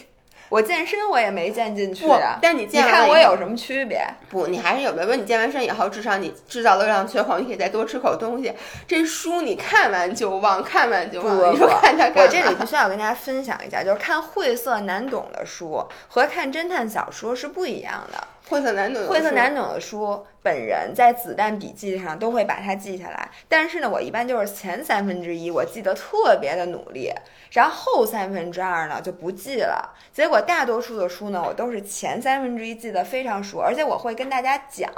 [SPEAKER 1] 我健身我也没健进去
[SPEAKER 2] 不
[SPEAKER 1] 啊，。
[SPEAKER 2] 但你
[SPEAKER 1] 你
[SPEAKER 2] 健完
[SPEAKER 1] 看
[SPEAKER 2] 了
[SPEAKER 1] 我
[SPEAKER 2] 以后
[SPEAKER 1] 有什么区别？
[SPEAKER 2] 不，你还是有的。比如你健完身以后，至少你制造热量缺口，你可以再多吃口东西。这书你看完就忘，看完就
[SPEAKER 1] 不
[SPEAKER 2] 忘，
[SPEAKER 1] 不
[SPEAKER 2] 你说
[SPEAKER 1] 不
[SPEAKER 2] 看它干嘛？
[SPEAKER 1] 我这里必须要跟大家分享一下，就是看晦涩难懂的书和看侦探小说是不一样的。
[SPEAKER 2] 晦涩难懂，
[SPEAKER 1] 晦涩难懂的书，本人在子弹笔记上都会把它记下来，但是呢，我一般就是前三分之一我记得特别的努力，然后后三分之二呢就不记了。结果大多数的书呢，我都是前三分之一记得非常熟，而且我会跟大家讲，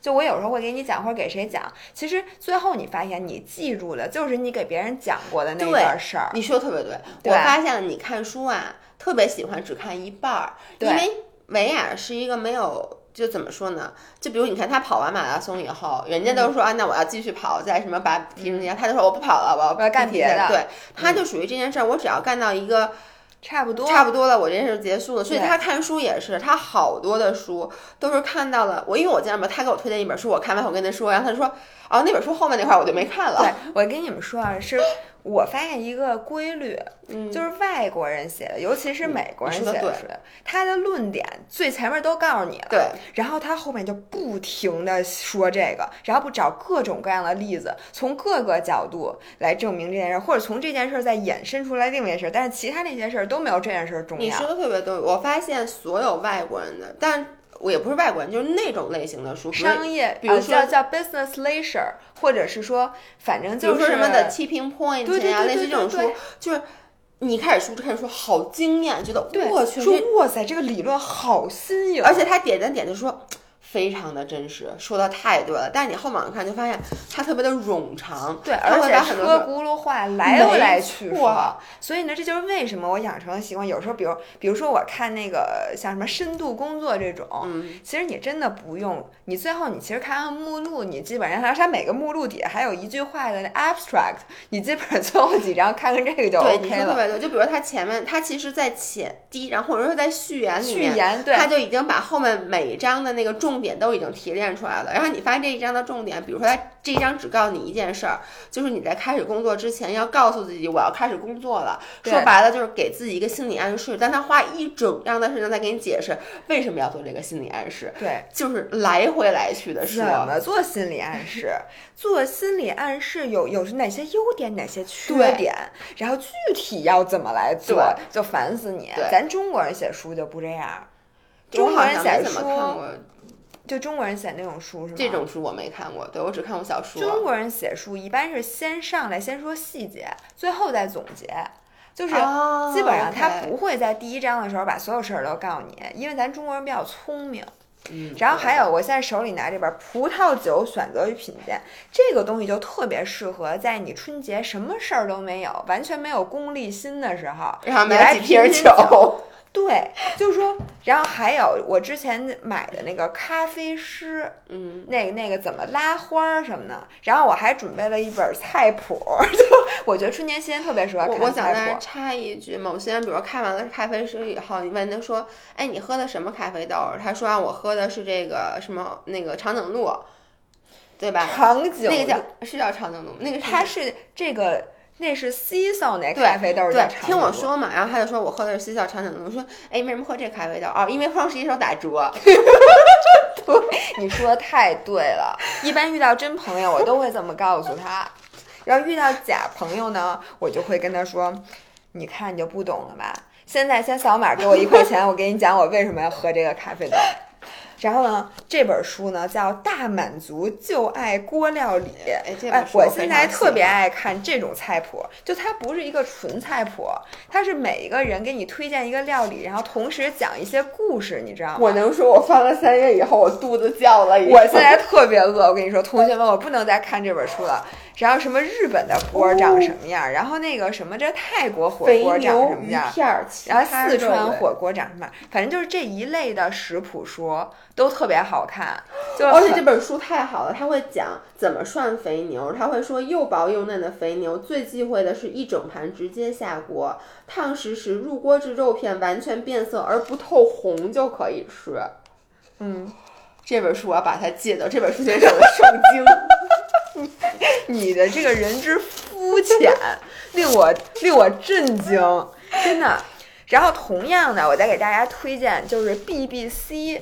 [SPEAKER 1] 就我有时候会给你讲或者给谁讲。其实最后你发现你记住的就是你给别人讲过的那
[SPEAKER 2] 对
[SPEAKER 1] 段事儿。
[SPEAKER 2] 你说的特别对，
[SPEAKER 1] 对
[SPEAKER 2] 我发现你看书啊，特别喜欢只看一半儿，
[SPEAKER 1] 对
[SPEAKER 2] 因为维尔是一个没有。就怎么说呢？就比如你看他跑完马拉松以后，人家
[SPEAKER 1] 嗯
[SPEAKER 2] 都说、啊，那我要继续跑，再什么把提升一下，他就说我不跑了，我
[SPEAKER 1] 我要干
[SPEAKER 2] 提升
[SPEAKER 1] 别的嗯
[SPEAKER 2] 对，他就属于这件事儿，我只要干到一个
[SPEAKER 1] 差不多，
[SPEAKER 2] 差不多了，我这件事就结束了。所以
[SPEAKER 1] 对
[SPEAKER 2] 他看书也是，他好多的书都是看到了我，因为我见嘛，他给我推荐一本书，我看完我跟他说，然后他说哦，那本书后面那块儿我就没看了。
[SPEAKER 1] 对，我跟你们说啊，是我发现一个规律，
[SPEAKER 2] 嗯
[SPEAKER 1] 就是外国人写的，尤其是美国人
[SPEAKER 2] 你
[SPEAKER 1] 写
[SPEAKER 2] 说得
[SPEAKER 1] 的书，他的论点最前面都告诉你了，
[SPEAKER 2] 对，
[SPEAKER 1] 然后他后面就不停的说这个，然后不找各种各样的例子，从各个角度来证明这件事，或者从这件事再衍生出来另一件事，但是其他那些事儿都没有这件事儿重
[SPEAKER 2] 你
[SPEAKER 1] 要
[SPEAKER 2] 说。的特别对，我发现所有外国人的，但我也不是外国人，就是那种类型的书，比如
[SPEAKER 1] 商业，
[SPEAKER 2] 比如
[SPEAKER 1] 呃
[SPEAKER 2] 说
[SPEAKER 1] 叫叫 business leisure，或者是说，反正
[SPEAKER 2] 比
[SPEAKER 1] 就
[SPEAKER 2] 如
[SPEAKER 1] 是
[SPEAKER 2] 说什么的 tipping point
[SPEAKER 1] 对对
[SPEAKER 2] 呀，
[SPEAKER 1] 对
[SPEAKER 2] 类似
[SPEAKER 1] 对
[SPEAKER 2] 这种
[SPEAKER 1] 对
[SPEAKER 2] 书，就是你开始书就开始说好惊艳，觉得
[SPEAKER 1] 对，
[SPEAKER 2] 我去，
[SPEAKER 1] 说
[SPEAKER 2] 这
[SPEAKER 1] 哇塞，这个理论好新颖，
[SPEAKER 2] 而且他点赞点就说。非常的真实，说的太对了。但是你后往看就发现它特别的冗长，
[SPEAKER 1] 对，
[SPEAKER 2] 它
[SPEAKER 1] 而
[SPEAKER 2] 会
[SPEAKER 1] 且
[SPEAKER 2] 把很
[SPEAKER 1] 车
[SPEAKER 2] 多
[SPEAKER 1] 轱辘话来回来去
[SPEAKER 2] 没
[SPEAKER 1] 说
[SPEAKER 2] 错，
[SPEAKER 1] 所以呢，这就是为什么我养成了习惯。有时候，比如，比如说我看那个像什么深度工作这种，
[SPEAKER 2] 嗯
[SPEAKER 1] 其实你真的不用，你最后你其实看看目录，你基本上它它每个目录底下还有一句话的那 abstract，你基本上最后几张看看这个就
[SPEAKER 2] 对，你
[SPEAKER 1] OK
[SPEAKER 2] 说特
[SPEAKER 1] 了。
[SPEAKER 2] 别对。就比如它前面，它其实在前第一章，或者说在序言里
[SPEAKER 1] 序
[SPEAKER 2] 面，
[SPEAKER 1] 言对
[SPEAKER 2] 他就已经把后面每一章的那个重点都已经提炼出来了。然后你发现这一章的重点，比如说他这一章只告诉你一件事儿，就是你在开始工作之前要告诉自己我要开始工作了。
[SPEAKER 1] 对
[SPEAKER 2] 说白了就是给自己一个心理暗示，但他花一整章的时间在给你解释为什么要做这个心理暗示，
[SPEAKER 1] 对，
[SPEAKER 2] 就是来回来去的
[SPEAKER 1] 怎
[SPEAKER 2] 说。
[SPEAKER 1] 么做心理暗示？ 做心理暗示有有哪些优点，哪些缺
[SPEAKER 2] 对
[SPEAKER 1] 点？然后具体要怎么来做
[SPEAKER 2] 对，
[SPEAKER 1] 就烦死你
[SPEAKER 2] 对。
[SPEAKER 1] 咱中国人写书就不这样。
[SPEAKER 2] 我
[SPEAKER 1] 中国
[SPEAKER 2] 好
[SPEAKER 1] 人
[SPEAKER 2] 像
[SPEAKER 1] 写
[SPEAKER 2] 没怎么看
[SPEAKER 1] 书，
[SPEAKER 2] 过
[SPEAKER 1] 就中国人写那种书是吗？
[SPEAKER 2] 这种书，我没看过，对我只看过小说。
[SPEAKER 1] 中国人写书一般是先上来先说细节，最后再总结，就是
[SPEAKER 2] 哦
[SPEAKER 1] 基本上他
[SPEAKER 2] OK
[SPEAKER 1] 不会在第一章的时候把所有事儿都告诉你，因为咱中国人比较聪明。
[SPEAKER 2] 嗯
[SPEAKER 1] 然后还有，我现在手里拿这本《葡萄酒选择与品鉴》，这个东西就特别适合在你春节什么事儿都没有、完全没有功利心的时 候，
[SPEAKER 2] 然后
[SPEAKER 1] 你
[SPEAKER 2] 买
[SPEAKER 1] 来
[SPEAKER 2] 几瓶
[SPEAKER 1] 品品酒。
[SPEAKER 2] 酒，
[SPEAKER 1] 对，就是说，然后还有我之前买的那个咖啡师，
[SPEAKER 2] 嗯，
[SPEAKER 1] 那个那个怎么拉花儿什么的，然后我还准备了一本菜谱儿， 就我觉得春节期间特别适合
[SPEAKER 2] 我我
[SPEAKER 1] 看
[SPEAKER 2] 想
[SPEAKER 1] 菜
[SPEAKER 2] 在这儿
[SPEAKER 1] 谱。
[SPEAKER 2] 插一句，某些人比如看完了咖啡师以后，你问他说：“哎，你喝的什么咖啡豆儿？”他说：“啊，我喝的是这个什么那个长颈鹿，对吧？
[SPEAKER 1] 长久
[SPEAKER 2] 那个叫是叫长颈鹿吗，那个是
[SPEAKER 1] 它是这个那是 Ciso 那
[SPEAKER 2] 对
[SPEAKER 1] 咖啡豆儿
[SPEAKER 2] 对
[SPEAKER 1] 叫，长
[SPEAKER 2] 听我
[SPEAKER 1] 颈鹿
[SPEAKER 2] 说嘛，然后他就说我喝的是西校长颈鹿，我说哎，你为什么喝这咖啡豆儿？哦，因为双十一时候打折，
[SPEAKER 1] 你说的太对了，一般遇到真朋友，我都会这么告诉他。然后遇到假朋友呢，我就会跟他说：“你看你就不懂了吧？现在先扫码给我一块钱，我给你讲我为什么要喝这个咖啡豆。”然后呢，这本书呢叫《大满足就爱锅料理》。
[SPEAKER 2] 哎这本
[SPEAKER 1] 哎，
[SPEAKER 2] 书
[SPEAKER 1] 我
[SPEAKER 2] 我非
[SPEAKER 1] 现
[SPEAKER 2] 常
[SPEAKER 1] 在
[SPEAKER 2] 喜
[SPEAKER 1] 特别
[SPEAKER 2] 欢
[SPEAKER 1] 爱看这种菜谱，就它不是一个纯菜谱，它是每一个人给你推荐一个料理，然后同时讲一些故事，你知道吗？
[SPEAKER 2] 能说我翻了三页以后，我肚子叫了
[SPEAKER 1] 我现在特别饿，我跟你说，同学们，我不能再看这本书了。然后什么日本的锅儿长什么样
[SPEAKER 2] 哦
[SPEAKER 1] 儿，然后那个什么这泰国火锅长什么样儿，
[SPEAKER 2] 片儿，
[SPEAKER 1] 然后四川火锅长什么样儿，反正就是这一类的食谱书都特别好看，就是嗯
[SPEAKER 2] 而且哦这
[SPEAKER 1] 很
[SPEAKER 2] 本书太好了，他会讲怎么涮肥牛，他会说又薄又嫩的肥牛最忌讳的是一整盘直接下锅，烫食时入锅至肉片完全变色而不透红就可以吃。
[SPEAKER 1] 嗯，
[SPEAKER 2] 这本书我要把它借走，这本书就是我的圣 经。
[SPEAKER 1] 你的这个人之肤浅，令我令我震惊，真的。然后同样的，我再给大家推荐就是 BBC，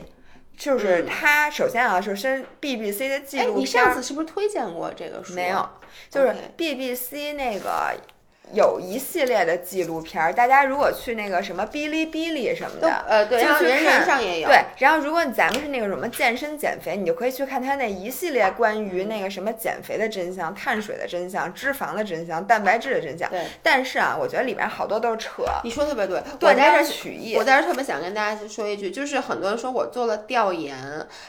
[SPEAKER 1] 就是它首先啊，首先 BBC 的纪
[SPEAKER 2] 嗯哎，
[SPEAKER 1] 录片儿，
[SPEAKER 2] 你上次是不是推荐过这个书啊？
[SPEAKER 1] 没有，就是
[SPEAKER 2] OK
[SPEAKER 1] BBC 那个有一系列的纪录片儿，大家如果去那个什么哔哩哔哩什么
[SPEAKER 2] 都
[SPEAKER 1] 的。
[SPEAKER 2] 呃对，
[SPEAKER 1] 就
[SPEAKER 2] 然后
[SPEAKER 1] 去
[SPEAKER 2] 人人
[SPEAKER 1] 看
[SPEAKER 2] 上也有。
[SPEAKER 1] 对，然后如果咱们是那个什么健身减肥，你就可以去看他那一系列关于那个什么减肥的真相、碳水的真相、脂肪的真相、蛋白质的真相。
[SPEAKER 2] 对
[SPEAKER 1] 但是啊，我觉得里面好多都是扯，
[SPEAKER 2] 你说得特别对，我
[SPEAKER 1] 断
[SPEAKER 2] 在
[SPEAKER 1] 章
[SPEAKER 2] 这儿
[SPEAKER 1] 取义
[SPEAKER 2] 我。在这儿特别想跟大家说一句，就是很多人说我做了调研，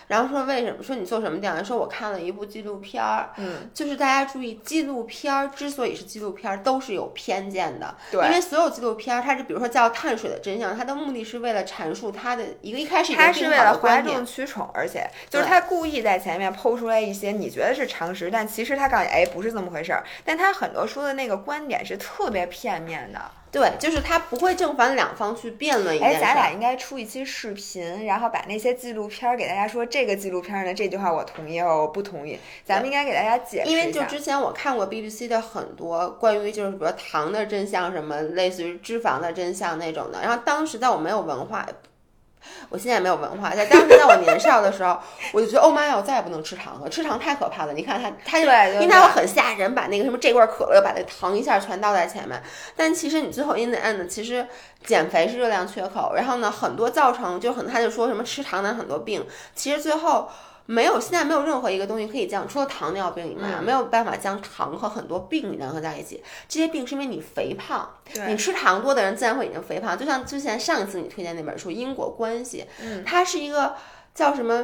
[SPEAKER 2] 然后说为什么说你做什么调研？说我看了一部纪录片儿，
[SPEAKER 1] 嗯，
[SPEAKER 2] 就是大家注意，纪录片儿之所以是纪录片儿，都是有偏见的，
[SPEAKER 1] 对
[SPEAKER 2] 因为所有纪录片儿，它是比如说叫《碳水的真相》，它的目的是为了阐述它的一个一开始已经
[SPEAKER 1] 他是
[SPEAKER 2] 定
[SPEAKER 1] 为
[SPEAKER 2] 好
[SPEAKER 1] 了
[SPEAKER 2] 的
[SPEAKER 1] 哗
[SPEAKER 2] 观点
[SPEAKER 1] 众。取宠，而且就是
[SPEAKER 2] 对
[SPEAKER 1] 他故意在前面剖出来一些你觉得是常识，但其实他告诉你，哎，不是这么回事儿。但他很多说的那个观点是特别片面的。
[SPEAKER 2] 对，就是它不会正反两方去辩论一件
[SPEAKER 1] 哎，
[SPEAKER 2] 事儿。
[SPEAKER 1] 咱俩应该出一期视频，然后把那些纪录片儿给大家说，这个纪录片儿呢，这句话我同意哦，我不同意。咱们应该给大家解释
[SPEAKER 2] 因为
[SPEAKER 1] 一
[SPEAKER 2] 就
[SPEAKER 1] 下。
[SPEAKER 2] 之前我看过 BBC 的很多关于就是比如糖的真相什么，类似于脂肪的真相那种的。然后当时在我没有文化，我现在也没有文化，在当时在我年少的时候，我就觉得哦妈呀，我再也不能吃糖了，吃糖太可怕了。你看他，他就
[SPEAKER 1] 对对
[SPEAKER 2] 因为他会
[SPEAKER 1] 对
[SPEAKER 2] 很吓人，把那个什么这罐可乐把那糖一下全倒在前面。但其实你最后 in the end，其实减肥是热量缺口，然后呢，很多造成就很他就说什么吃糖的很多病，其实最后。没有，现在没有任何一个东西可以降，除了糖尿病以外，
[SPEAKER 1] 嗯
[SPEAKER 2] 没有办法将糖和很多病联合在一起。这些病是因为你肥胖，你吃糖多的人自然会已经肥胖。就像之前上一次你推荐那本书《因果关系》，
[SPEAKER 1] 嗯
[SPEAKER 2] 它是一个叫什么？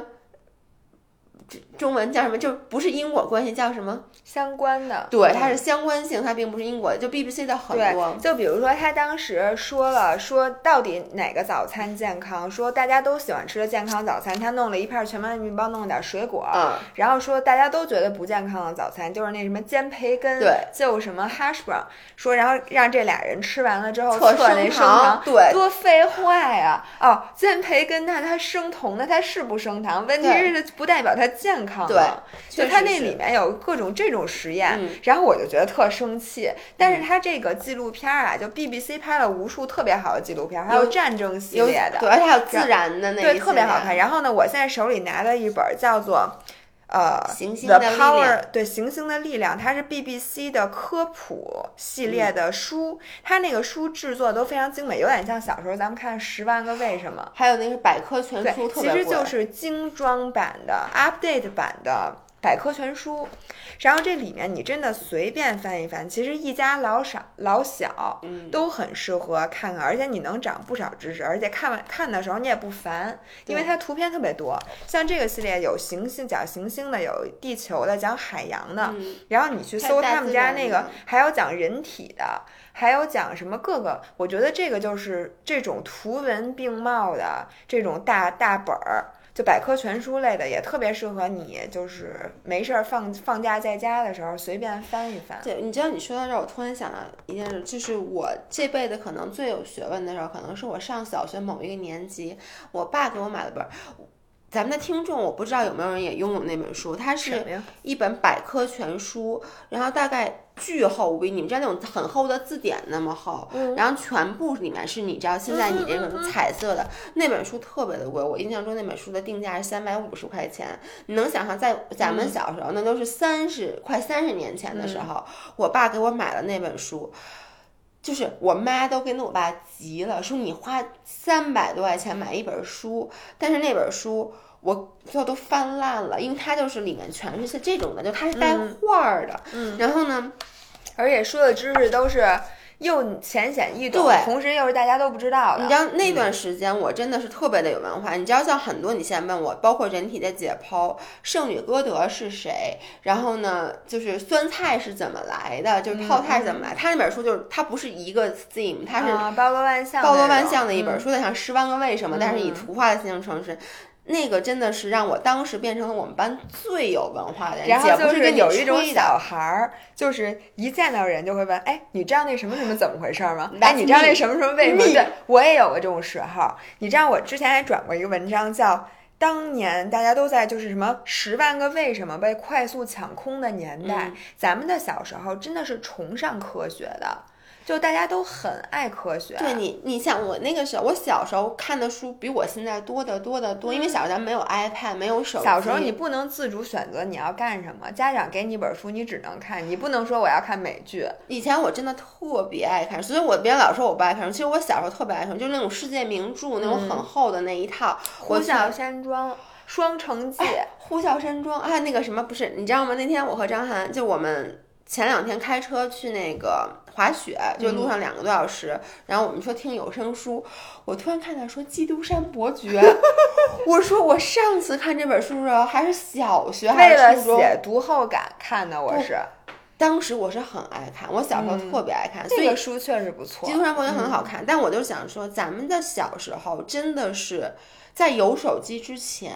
[SPEAKER 2] 这中文叫什么？就不是因果关系，叫什么？
[SPEAKER 1] 相关的，
[SPEAKER 2] 对，
[SPEAKER 1] 嗯
[SPEAKER 2] 它是相关性，它并不是因果。就 BBC 的很多
[SPEAKER 1] 对，，就比如说他当时说了，说到底哪个早餐健康？说大家都喜欢吃的健康早餐，他弄了一片全麦面包，弄了点水果，
[SPEAKER 2] 嗯，
[SPEAKER 1] 然后说大家都觉得不健康的早餐就是那什么煎培根，
[SPEAKER 2] 对，
[SPEAKER 1] 就什么 hash brown，说然后让这俩人吃完了之后
[SPEAKER 2] 测
[SPEAKER 1] 测那
[SPEAKER 2] 升
[SPEAKER 1] 升
[SPEAKER 2] 糖
[SPEAKER 1] 糖，
[SPEAKER 2] 对
[SPEAKER 1] 多废话呀！哦，煎培根那它升酮的，它是不升糖，问题
[SPEAKER 2] 对
[SPEAKER 1] 是不代表它健康
[SPEAKER 2] 对
[SPEAKER 1] 啊。
[SPEAKER 2] 确
[SPEAKER 1] 就它
[SPEAKER 2] 实
[SPEAKER 1] 那
[SPEAKER 2] 是
[SPEAKER 1] 里面有各种这种实验，
[SPEAKER 2] 嗯
[SPEAKER 1] 然后我就觉得特生气。但是它这个纪录片啊，就 BBC 拍了无数特别好的纪录片，还有
[SPEAKER 2] 有
[SPEAKER 1] 战争系
[SPEAKER 2] 有
[SPEAKER 1] 列的，
[SPEAKER 2] 对，而且还有自然的那一啊
[SPEAKER 1] 对，特别
[SPEAKER 2] 系列
[SPEAKER 1] 好看。然后呢，我现在手里拿的一本叫做呃《
[SPEAKER 2] 行星
[SPEAKER 1] The
[SPEAKER 2] 的力
[SPEAKER 1] Power》，对，《行星的力量》，它是 BBC 的科普系列的书，它那个书制作都非常精美，有点像小时候咱们看《十万个为什么》。
[SPEAKER 2] 还有那个百科全
[SPEAKER 1] 对
[SPEAKER 2] 书，，特
[SPEAKER 1] 其
[SPEAKER 2] 别
[SPEAKER 1] 实就
[SPEAKER 2] 贵嗯
[SPEAKER 1] 是精装版的 update 版的百科全书，然后这里面你真的随便翻一翻，其实一家老少老小
[SPEAKER 2] 嗯
[SPEAKER 1] 都很适合看看，而且你能长不少知识，而且看完看的时候你也不烦，因为
[SPEAKER 2] 对
[SPEAKER 1] 它图片特别多。像这个系列有行星讲行星的，有地球的，讲海洋的，
[SPEAKER 2] 嗯
[SPEAKER 1] 然后你去
[SPEAKER 2] 太
[SPEAKER 1] 搜
[SPEAKER 2] 大
[SPEAKER 1] 他们
[SPEAKER 2] 自
[SPEAKER 1] 家
[SPEAKER 2] 然
[SPEAKER 1] 那
[SPEAKER 2] 了
[SPEAKER 1] 个，还有讲人体的，还有讲什么各个，我觉得这个就是这种图文并茂的这种大大本儿，就百科全书类的，也特别适合你，就是没事儿放放假在家的时候随便翻一翻。
[SPEAKER 2] 对，你知道你说到这儿，我突然想到一件事，就是我这辈子可能最有学问的时候，可能是我上小学某一个年级，我爸给我买了本儿。咱们的听众，我不知道有没有人也拥有那本书，它
[SPEAKER 1] 什
[SPEAKER 2] 是
[SPEAKER 1] 么呀？
[SPEAKER 2] 一本百科全书，然后大概巨厚无比，你们知道那种很厚的字典那么厚，
[SPEAKER 1] 嗯
[SPEAKER 2] 然后全部里面是你知道现在你这种彩色的那本书特别的贵，我印象中那本书的定价是三百五十块钱，你能想象在咱
[SPEAKER 1] 嗯
[SPEAKER 2] 们小时候，那都是三十快三十年前的时候，我爸给我买了那本书。就是我妈都跟我爸急了，说你花三百多块钱买一本书，但是那本书我最后都翻烂了，因为它就是里面全是像这种的，就它是带画儿的。嗯，然后呢，
[SPEAKER 1] 而且说的知识都是又浅显易懂
[SPEAKER 2] 对，
[SPEAKER 1] 同时又是大家都不知道
[SPEAKER 2] 你
[SPEAKER 1] 的
[SPEAKER 2] 知。道那段时间我真的是特别的有文化。你知道像很多你现在问我，包括人体的解剖，圣女歌德是谁，然后呢，就是酸菜是怎么来的，就是泡菜怎么来。他那本书就是它不是一个 theme，它是
[SPEAKER 1] 啊，包罗万象那种，
[SPEAKER 2] 包罗万象的一
[SPEAKER 1] 嗯
[SPEAKER 2] 本书，在讲十万个为什么，但是以图画的形式呈现。那个真的是让我当时变成了我们班最有文化的人，
[SPEAKER 1] 然后
[SPEAKER 2] 姐
[SPEAKER 1] 就
[SPEAKER 2] 不是
[SPEAKER 1] 是
[SPEAKER 2] 跟你
[SPEAKER 1] 有一种
[SPEAKER 2] 吹的
[SPEAKER 1] 小孩儿，就是一见到人就会问：“哎，你知道那什么什么怎么回事儿吗？哎，
[SPEAKER 2] That's
[SPEAKER 1] 你知道那
[SPEAKER 2] me.
[SPEAKER 1] 什么什么为什么？”
[SPEAKER 2] Me.
[SPEAKER 1] 对，我也有过这种时候。你知道我之前还转过一个文章，叫“当年大家都在就是什么十万个为什么
[SPEAKER 2] 嗯
[SPEAKER 1] 被快速抢空的年代”，咱们的小时候真的是崇尚科学的。就大家都很爱科学。
[SPEAKER 2] 对你，你想我那个时候，我小时候看的书比我现在多得多得多，因为小时候咱没有 iPad，没有手机。
[SPEAKER 1] 嗯小时候你不能自主选择你要干什么，家长给你一本书，你只能看，你不能说我要看美剧。
[SPEAKER 2] 以前我真的特别爱看，所以我别人老说我不爱看书，其实我小时候特别爱看书，就是那种世界名著那
[SPEAKER 1] 嗯
[SPEAKER 2] 种很厚的那一套。
[SPEAKER 1] 呼
[SPEAKER 2] 我
[SPEAKER 1] 啸山庄、双城记，
[SPEAKER 2] 哎呼啸山庄啊，那个什么不是，你知道吗？那天我和张涵就我们前两天开车去那个滑雪，就
[SPEAKER 1] 嗯
[SPEAKER 2] 路上两个多小时，然后我们说听有声书，我突然看到说《基督山 伯爵》，我说我上次看这本书的时候还是小学还
[SPEAKER 1] 为了
[SPEAKER 2] 是初中，
[SPEAKER 1] 写读后感看的，我是
[SPEAKER 2] 当时我是很爱看，我小时候特别爱看，所
[SPEAKER 1] 这
[SPEAKER 2] 以
[SPEAKER 1] 嗯个书嗯确实不错
[SPEAKER 2] 《基。督山伯爵》很好看，但我就想说，咱们的小时候真的是在有手机之前，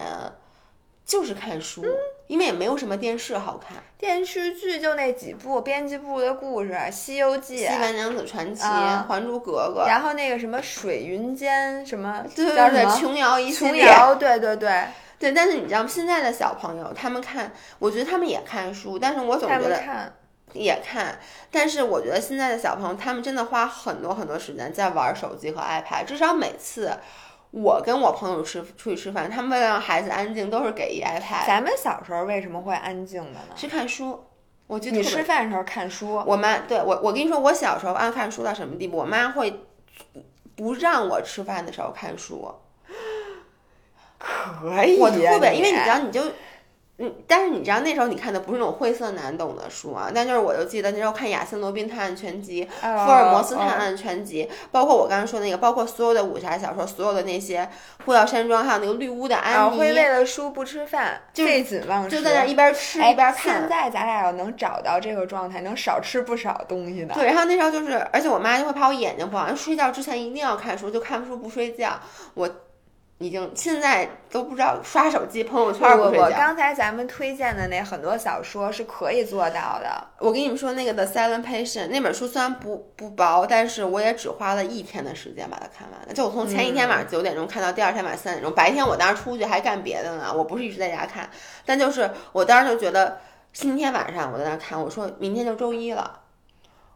[SPEAKER 2] 就是看书，
[SPEAKER 1] 嗯
[SPEAKER 2] 因为也没有什么电视好看，
[SPEAKER 1] 电视剧就那几部，编辑部的故事、西游记
[SPEAKER 2] 《西，门娘子传奇》
[SPEAKER 1] 哎啊
[SPEAKER 2] 还珠格格》，
[SPEAKER 1] 然后那个什么水云间什么
[SPEAKER 2] 对对
[SPEAKER 1] 叫
[SPEAKER 2] 对
[SPEAKER 1] 什
[SPEAKER 2] 对，
[SPEAKER 1] 么
[SPEAKER 2] 琼瑶一系
[SPEAKER 1] 琼
[SPEAKER 2] 列，
[SPEAKER 1] 瑶，对对对，
[SPEAKER 2] 对。但是你知道吗？现在的小朋友他们看，我觉得他们也看书，但是我总
[SPEAKER 1] 他
[SPEAKER 2] 觉
[SPEAKER 1] 们
[SPEAKER 2] 得
[SPEAKER 1] 看，
[SPEAKER 2] 也看，但是我觉得现在的小朋友他们真的花很多很多时间在玩手机和 iPad，至少每次。我跟我朋友吃出去吃饭，他们为了让孩子安静，都是给一 iPad。
[SPEAKER 1] 咱们小时候为什么会安静的呢？
[SPEAKER 2] 是看书，我就
[SPEAKER 1] 你
[SPEAKER 2] 特
[SPEAKER 1] 吃
[SPEAKER 2] 别
[SPEAKER 1] 饭的时候看书，
[SPEAKER 2] 我妈对我，我跟你说，我小时候爱看书到什么地步，我妈会不让我吃饭的时候看书，
[SPEAKER 1] 可以呀，
[SPEAKER 2] 我特别，因为你
[SPEAKER 1] 你
[SPEAKER 2] 知道，你就。嗯，但是你知道那时候你看的不是那种晦涩难懂的书啊，但就是我就记得那时候看《亚森罗宾探案全集》
[SPEAKER 1] 哦
[SPEAKER 2] 福尔摩斯
[SPEAKER 1] 哦
[SPEAKER 2] 探案全集》包括我刚刚说那个，包括所有的武侠小说，所有的那些《呼啸山庄》，还有那个《绿屋的
[SPEAKER 1] 啊，
[SPEAKER 2] 安妮
[SPEAKER 1] 会》为了书不吃饭，废寝忘食，
[SPEAKER 2] 就在那儿一边吃
[SPEAKER 1] 哎
[SPEAKER 2] 一边看。
[SPEAKER 1] 现在咱俩要能找到这个状态，能少吃不少东西的。
[SPEAKER 2] 对，然后那时候就是，而且我妈就会怕我眼睛不好，睡觉之前一定要看书，就看书不睡觉。我已经现在都不知道刷手机、朋友圈
[SPEAKER 1] 我
[SPEAKER 2] 不睡
[SPEAKER 1] 我
[SPEAKER 2] 觉。
[SPEAKER 1] 刚才咱们推荐的那很多小说是可以做到的，
[SPEAKER 2] 我跟你们说，那个《The Silent Patient》那本书虽然不不薄，但是我也只花了一天的时间把它看完了。就我从前一天晚上九点钟看到第二天晚上三点钟，白天我当时出去还干别的呢，我不是一直在家看。但就是我当时就觉得，今天晚上我在那看，我说明天就周一了。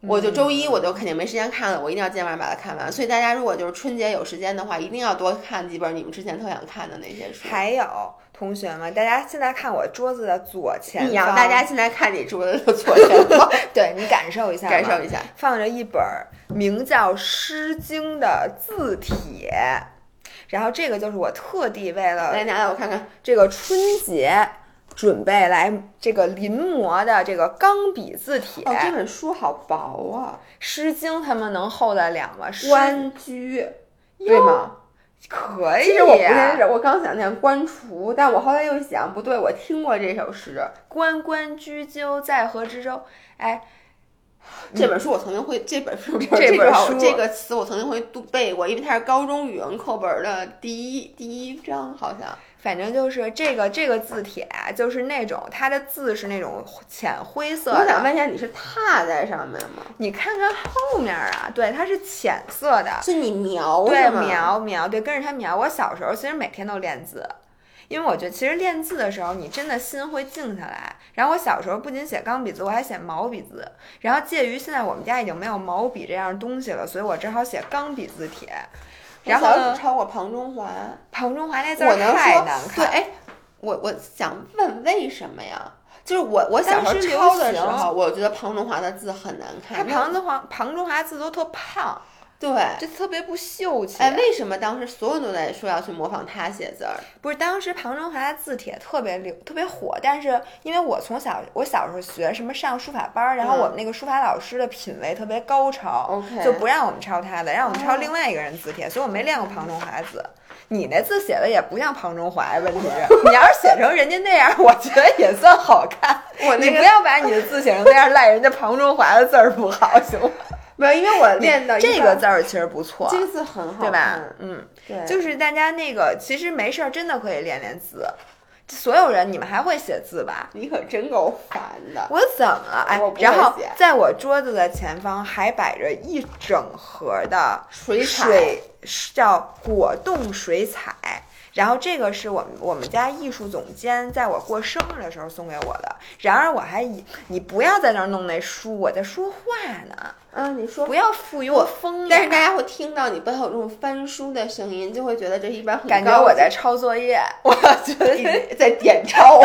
[SPEAKER 2] 我就周一我就肯定没时间看了，我一定要今天晚上把它看完。所以大家如果就是春节有时间的话，一定要多看几本你们之前特想看的那些书。
[SPEAKER 1] 还有同学们，大家现在看我桌子的左前
[SPEAKER 2] 你让
[SPEAKER 1] 方
[SPEAKER 2] 大家现在看你桌子的 左前方，
[SPEAKER 1] 对你感受一下吧，
[SPEAKER 2] 感受一 下。
[SPEAKER 1] 放着一本儿名叫《诗经》的字帖，然后这个就是我特地为了
[SPEAKER 2] 来拿来我看看，
[SPEAKER 1] 这个春节准备来这个临摹的这个钢笔字帖。
[SPEAKER 2] 哦，这本书好薄啊，
[SPEAKER 1] 诗经他们能厚得了吗？诗
[SPEAKER 2] 关雎，对吗？
[SPEAKER 1] 可以、呀
[SPEAKER 2] 其实我不认识，我刚想念关雎，但我后来又一想，不对，我听过这首诗。
[SPEAKER 1] 关关雎鸠，在河之洲。哎，
[SPEAKER 2] 这本书我曾经会，这本书
[SPEAKER 1] 本
[SPEAKER 2] 嗯这话我
[SPEAKER 1] 书
[SPEAKER 2] 这个词我曾经会读背过，因为它是高中语文课本的第一第一章，好像。
[SPEAKER 1] 反正就是这个这个字帖，就是那种它的字是那种浅灰色
[SPEAKER 2] 我想
[SPEAKER 1] 的。
[SPEAKER 2] 问一下，你是踏在上面吗？
[SPEAKER 1] 你看看后面啊，对，它是浅色的。
[SPEAKER 2] 是你描
[SPEAKER 1] 对
[SPEAKER 2] 是，吗？
[SPEAKER 1] 描描，对，跟着他描。我小时候其实每天都练字，因为我觉得其实练字的时候，你真的心会静下来。然后我小时候不仅写钢笔字，我还写毛笔字。然后介于现在我们家已经没有毛笔这样东西了，所以我只好写钢笔字帖。然后
[SPEAKER 2] 我小时候
[SPEAKER 1] 呢
[SPEAKER 2] 只超过庞中华，
[SPEAKER 1] 庞中华那字
[SPEAKER 2] 我
[SPEAKER 1] 儿
[SPEAKER 2] 能
[SPEAKER 1] 太
[SPEAKER 2] 说
[SPEAKER 1] 难
[SPEAKER 2] 对，
[SPEAKER 1] 看，
[SPEAKER 2] 哎，我我想问为什么呀？就是我我小时
[SPEAKER 1] 当时流
[SPEAKER 2] 候抄的时
[SPEAKER 1] 行
[SPEAKER 2] 候，我觉得庞中华的字很难
[SPEAKER 1] 他
[SPEAKER 2] 看。
[SPEAKER 1] 庞中华庞中华字都特胖，哎
[SPEAKER 2] 对，
[SPEAKER 1] 就特别不秀气。
[SPEAKER 2] 哎，为什么当时所有人都在说要去模仿他写字儿？
[SPEAKER 1] 不是，当时庞中华的字帖特别流，特别火。但是因为我从小，我小时候学什么上书法班儿，然后
[SPEAKER 2] 嗯
[SPEAKER 1] 我们那个书法老师的品味特别高超
[SPEAKER 2] OK
[SPEAKER 1] 就不让我们抄他的，让我们抄
[SPEAKER 2] 哦
[SPEAKER 1] 另外一个人字帖，所以我没练过庞中华字。你那字写的也不像庞中华呀，问题 是，你要是写成人家那样，我觉得也算好看。
[SPEAKER 2] 我那
[SPEAKER 1] 你
[SPEAKER 2] 个
[SPEAKER 1] 不要把你的字写成那样，赖人家庞中华的字儿不好，行吗？
[SPEAKER 2] 没有，因为我练到一
[SPEAKER 1] 这
[SPEAKER 2] 半
[SPEAKER 1] 个
[SPEAKER 2] 儿
[SPEAKER 1] 字儿其实不错，
[SPEAKER 2] 这个字很好看，
[SPEAKER 1] 对吧？嗯。
[SPEAKER 2] 哦对，
[SPEAKER 1] 就是大家那个，其实没事儿，真的可以练练字。所有人，你们还会写字吧？
[SPEAKER 2] 你可真够烦的。
[SPEAKER 1] 我怎么了？哎
[SPEAKER 2] 我不，会
[SPEAKER 1] 然后
[SPEAKER 2] 写
[SPEAKER 1] 在我桌子的前方还摆着一整盒的
[SPEAKER 2] 水彩
[SPEAKER 1] 水是叫果冻水彩。然后这个是我们我们家艺术总监在我过生日的时候送给我的。然而我还以你不要在那儿弄那书，我在说话呢，
[SPEAKER 2] 嗯，你说
[SPEAKER 1] 不要赋予我风
[SPEAKER 2] 但是
[SPEAKER 1] 雅
[SPEAKER 2] 大，家会听到你背后有这种翻书的声音，就会觉得这一般很
[SPEAKER 1] 感觉
[SPEAKER 2] 高
[SPEAKER 1] 我
[SPEAKER 2] 级
[SPEAKER 1] 在抄作业，
[SPEAKER 2] 我觉得你 在点钞。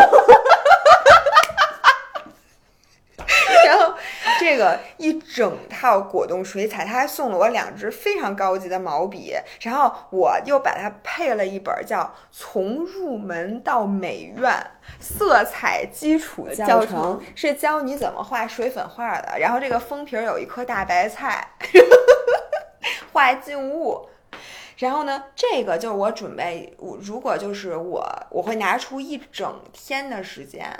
[SPEAKER 1] 然后这个一整套果冻水彩，他还送了我两支非常高级的毛笔，然后我又把它配了一本叫《从入门到美院色彩基础教程》
[SPEAKER 2] 呃教程
[SPEAKER 1] 是教你怎么画水粉画的。然后这个封皮儿有一颗大白菜， 画静物。然后呢，这个就是我准备，我如果就是我，我会拿出一整天的时间，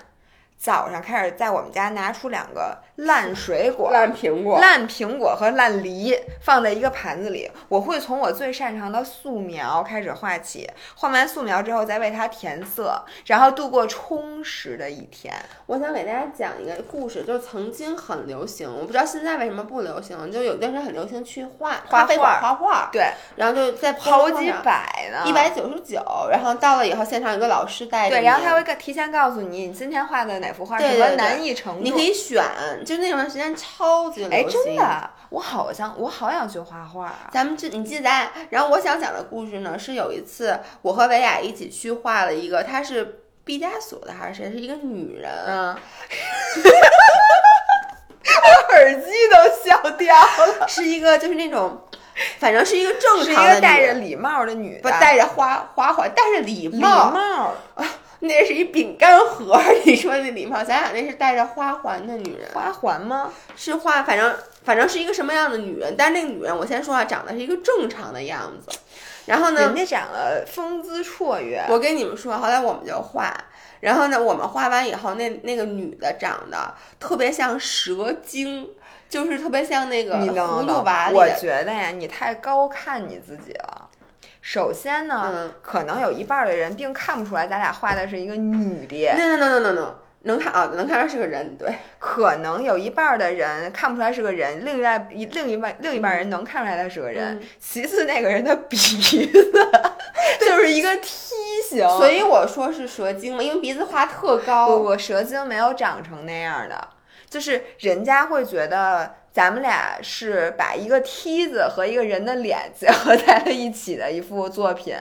[SPEAKER 1] 早上开始在我们家拿出两个烂水果，
[SPEAKER 2] 烂苹果，
[SPEAKER 1] 烂苹果和烂梨放在一个盘子里，我会从我最擅长的素描开始画起，画完素描之后再为它填色，然后度过充实的一天。
[SPEAKER 2] 我想给大家讲一个故事，就是曾经很流行，我不知道现在为什么不流行，就有一段时间很流行去画
[SPEAKER 1] 画
[SPEAKER 2] 咖啡馆
[SPEAKER 1] 画
[SPEAKER 2] 画画，
[SPEAKER 1] 对，
[SPEAKER 2] 然后就在
[SPEAKER 1] 好几百呢，
[SPEAKER 2] 一百九十九，然后到了以后现场有个老师带着
[SPEAKER 1] 对，
[SPEAKER 2] 你，
[SPEAKER 1] 然后他会告提前告诉你，你今天画的哪幅画
[SPEAKER 2] 对
[SPEAKER 1] 什
[SPEAKER 2] 对
[SPEAKER 1] 么
[SPEAKER 2] 对
[SPEAKER 1] 难易程度。
[SPEAKER 2] 你可以选，就那段时间超级流行，
[SPEAKER 1] 哎，真的，我好像我好想去画画啊。
[SPEAKER 2] 咱们这你记得咱，然后我想讲的故事呢，是有一次我和维雅一起去画了一个，她是毕加索的还是谁？是一个女人，
[SPEAKER 1] 嗯，我 耳机都笑掉了。
[SPEAKER 2] 是一个就是那种，反正是一个正
[SPEAKER 1] 是一
[SPEAKER 2] 常的
[SPEAKER 1] 个戴
[SPEAKER 2] 女
[SPEAKER 1] 着
[SPEAKER 2] 人
[SPEAKER 1] 礼帽的女的，
[SPEAKER 2] 不戴着花花环，戴着啊礼
[SPEAKER 1] 礼
[SPEAKER 2] 帽，
[SPEAKER 1] 帽。
[SPEAKER 2] 那是一饼干盒儿。 你说那礼帽，咱俩那是戴着花环的女人，
[SPEAKER 1] 花环吗？
[SPEAKER 2] 是画，反正反正是一个什么样的女人？但是那个女人，我先说啊，长得是一个正常的样子，然后呢，
[SPEAKER 1] 人家长得风姿绰约，
[SPEAKER 2] 我跟你们说，后来我们就画，然后呢，我们画完以后，那那个女的长得特别像蛇精，就是特别像那个
[SPEAKER 1] 你
[SPEAKER 2] 葫
[SPEAKER 1] 能
[SPEAKER 2] 芦娃里
[SPEAKER 1] 我
[SPEAKER 2] 的。
[SPEAKER 1] 觉得呀，你太高看你自己了。首先呢，
[SPEAKER 2] 嗯
[SPEAKER 1] 可能有一半的人并看不出来咱俩画的是一个女的，
[SPEAKER 2] no no no no no no，能看啊，能看出来是个人，对，
[SPEAKER 1] 可能有一半的人看不出来是个人，另一半一另一半另一半人能看出来他是个人。
[SPEAKER 2] 嗯
[SPEAKER 1] 其次，那个人的鼻子 就是一个梯形，
[SPEAKER 2] 所以哦我说是蛇精嘛，因为鼻子画特
[SPEAKER 1] 不
[SPEAKER 2] 高，
[SPEAKER 1] 不，蛇精没有长成那样的，就是人家会觉得咱们俩是把一个梯子和一个人的脸结合在了一起的一幅作 品。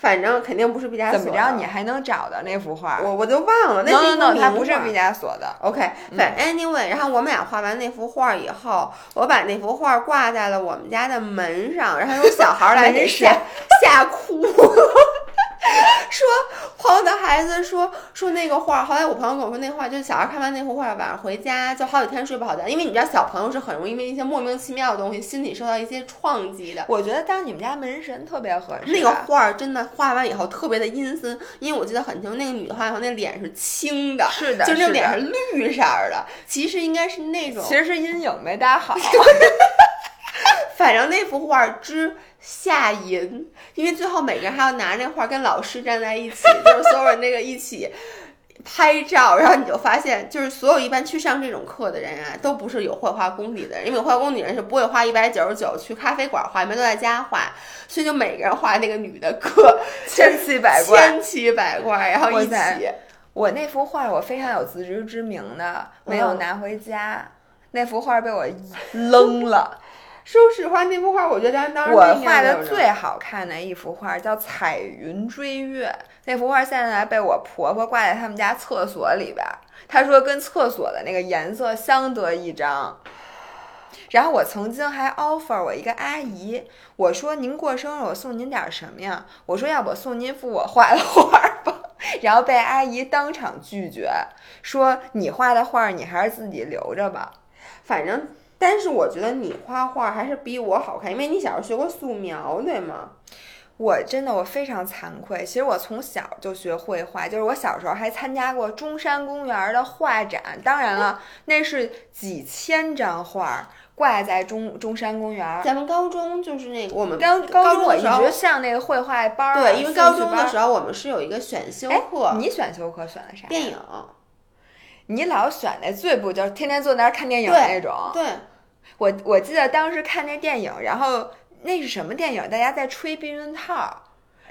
[SPEAKER 2] 反正肯定不是毕加索
[SPEAKER 1] 怎
[SPEAKER 2] 的。
[SPEAKER 1] 么着，你还能找到那幅画
[SPEAKER 2] 我我都忘了，那
[SPEAKER 1] ？No
[SPEAKER 2] 是一
[SPEAKER 1] No
[SPEAKER 2] 个
[SPEAKER 1] No，它
[SPEAKER 2] 名
[SPEAKER 1] 不是嗯
[SPEAKER 2] 画
[SPEAKER 1] 毕加索的。
[SPEAKER 2] OK，反正 anyway，然后我们俩画完那幅画以后，我把那幅画挂在了我们家的门上，然后有小孩儿来给
[SPEAKER 1] 门
[SPEAKER 2] 吓吓哭， 说朋友的孩子说说那个画，后来我朋友跟我说那画就是小孩看完那幅画晚上回家就好几天睡不好觉，因为你知道小朋友是很容易因为一些莫名其妙的东西心理受到一些创击的。
[SPEAKER 1] 我觉得当你们家门神特别合适。
[SPEAKER 2] 那个画儿真的画完以后特别的阴森，因为我记得很清楚，那个女的画以后那脸是青的，
[SPEAKER 1] 是的
[SPEAKER 2] 就是那
[SPEAKER 1] 的
[SPEAKER 2] 脸是绿色儿的，其实应该是那种
[SPEAKER 1] 其实是阴影没搭 好。
[SPEAKER 2] 反正那幅画之下淫，因为最后每个人还要拿那画跟老师站在一起，就是所有人那个一起拍照，然后你就发现，就是所有一般去上这种课的人啊，都不是有绘画功底的人，因为有绘画功底的人是不会花一百九十九去咖啡馆画，一般都在家画，所以就每个人画那个女的课，
[SPEAKER 1] 千奇百怪
[SPEAKER 2] 千奇百怪，然后一
[SPEAKER 1] 哇
[SPEAKER 2] 起
[SPEAKER 1] 塞。我那幅画我非常有自知之明的，没有
[SPEAKER 2] 嗯
[SPEAKER 1] 拿回家。那幅画被我扔了。
[SPEAKER 2] 说实话，那幅画我觉得当当时
[SPEAKER 1] 我
[SPEAKER 2] 那
[SPEAKER 1] 画
[SPEAKER 2] 样
[SPEAKER 1] 的
[SPEAKER 2] 人
[SPEAKER 1] 最好看的一幅画叫《彩云追月》，那幅画现在被我婆婆挂在他们家厕所里边儿，她说跟厕所的那个颜色相得益彰。然后我曾经还 offer 我一个阿姨，我说您过生日我送您点儿什么呀？我说要不我送您幅我画的画儿吧， 然后被阿姨当场拒绝，说你画的画儿你还是自己留着吧。
[SPEAKER 2] 反正，但是我觉得你画画还是比我好看，因为你小时候学过素描，对吗？
[SPEAKER 1] 我真的我非常惭愧，其实我从小就学绘画，就是我小时候还参加过中山公园的画展，当然了，那是几千张画儿挂在中中山公园。
[SPEAKER 2] 咱们高中就是那个我们
[SPEAKER 1] 高
[SPEAKER 2] 高
[SPEAKER 1] 中
[SPEAKER 2] 中
[SPEAKER 1] 我
[SPEAKER 2] 的
[SPEAKER 1] 一
[SPEAKER 2] 时候
[SPEAKER 1] 直，上那个绘画班儿啊，
[SPEAKER 2] 对，因为高中的
[SPEAKER 1] 候
[SPEAKER 2] 时候我们是有一个选修
[SPEAKER 1] 哎，
[SPEAKER 2] 课，
[SPEAKER 1] 你哦选修课选的啥？
[SPEAKER 2] 电影，
[SPEAKER 1] 你老选那最不就是天天坐那儿看电影
[SPEAKER 2] 对
[SPEAKER 1] 那种？
[SPEAKER 2] 对，
[SPEAKER 1] 我我记得当时看那电影，然后那是什么电影？大家在吹避孕套，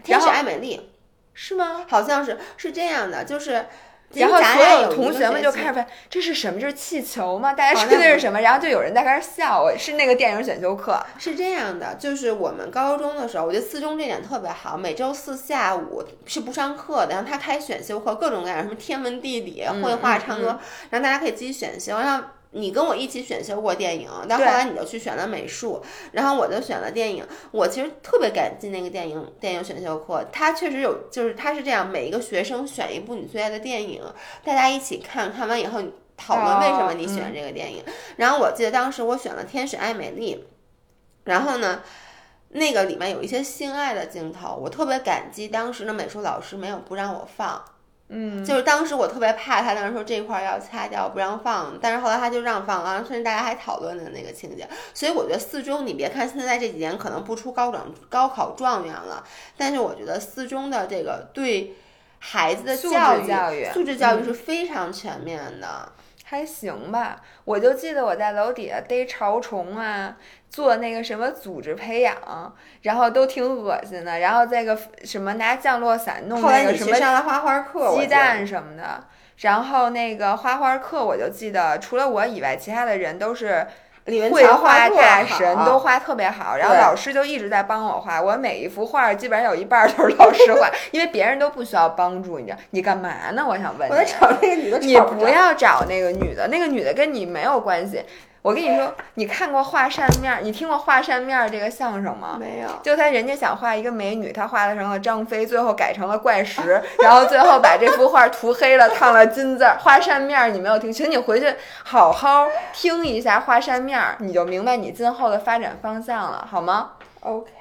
[SPEAKER 2] 天
[SPEAKER 1] 然
[SPEAKER 2] 使
[SPEAKER 1] 后
[SPEAKER 2] 爱美丽
[SPEAKER 1] 是吗？
[SPEAKER 2] 好像是是这样的，就是
[SPEAKER 1] 然后
[SPEAKER 2] 咱
[SPEAKER 1] 所
[SPEAKER 2] 俩
[SPEAKER 1] 有
[SPEAKER 2] 一个
[SPEAKER 1] 同学们
[SPEAKER 2] 学
[SPEAKER 1] 就
[SPEAKER 2] 期
[SPEAKER 1] 开始问这是什么？这是气球吗？大家
[SPEAKER 2] 哦
[SPEAKER 1] 吹
[SPEAKER 2] 那
[SPEAKER 1] 的是
[SPEAKER 2] 不
[SPEAKER 1] 什么？然后就有人在开始笑，我是那个电影选修课，
[SPEAKER 2] 是这样的，就是我们高中的时候，我觉得四中这点特别好，每周四下午是不上课的，然后他开选修课，各种各样，什么天文、地理、绘画、
[SPEAKER 1] 嗯
[SPEAKER 2] 唱歌，然后大家可以自己选修，然后。你跟我一起选修过电影，但后
[SPEAKER 1] 对
[SPEAKER 2] 来你就去选了美术，然后我就选了电影。我其实特别感激那个电影电影选修课，它确实有，就是它是这样，每一个学生选一部你最爱的电影，大家一起看看完以后你讨论为什么你喜欢这个电影。然后我记得当时我选了《天使爱美丽》，然后呢，那个里面有一些性爱的镜头，我特别感激当时的美术老师没有不让我放。嗯，就是当时我特别怕他，当时说这块儿要掐掉不让放，但是后来他就让放了，甚至大家还讨论的那个情节。所以我觉得四中，你别看现在这几年可能不出高状高考状元了，但是我觉得四中的这个对孩子的
[SPEAKER 1] 素质
[SPEAKER 2] 教育、
[SPEAKER 1] 教育嗯
[SPEAKER 2] 素质教育是非常全面的。
[SPEAKER 1] 还行吧。我就记得我在楼底下逮潮虫啊，做那个什么组织培养，然后都挺恶心的。然后这个什么拿降落伞弄
[SPEAKER 2] 后
[SPEAKER 1] 那
[SPEAKER 2] 来
[SPEAKER 1] 个
[SPEAKER 2] 你
[SPEAKER 1] 什
[SPEAKER 2] 去
[SPEAKER 1] 么
[SPEAKER 2] 上了画画课，我
[SPEAKER 1] 鸡
[SPEAKER 2] 记得
[SPEAKER 1] 蛋什么的。然后那个画画课，我就记得除了我以外，其他的人都是
[SPEAKER 2] 李文
[SPEAKER 1] 绘
[SPEAKER 2] 桥
[SPEAKER 1] 画
[SPEAKER 2] 特
[SPEAKER 1] 大
[SPEAKER 2] 好啊
[SPEAKER 1] 神， 都画特别好。然后
[SPEAKER 2] 对
[SPEAKER 1] 老师就一直在帮我画，我每一幅画基本上有一半儿 都是老师画，因为别人都不需要帮助，你知道？你干嘛呢？我想问
[SPEAKER 2] 我在
[SPEAKER 1] 你。
[SPEAKER 2] 找那个女的，
[SPEAKER 1] 你不要找那个女的，那个女的跟你没有关系。我跟你说，你看过画扇面儿，你听过画扇面儿这个相声吗？
[SPEAKER 2] 没有。
[SPEAKER 1] 就他人家想画一个美女，他画的成了张飞，最后改成了怪石， 然后最后把这幅画涂黑了，烫了金字儿。画扇面儿你没有听，请你回去好好听一下画扇面儿，你就明白你今后的发展方向了，好吗？
[SPEAKER 2] OK，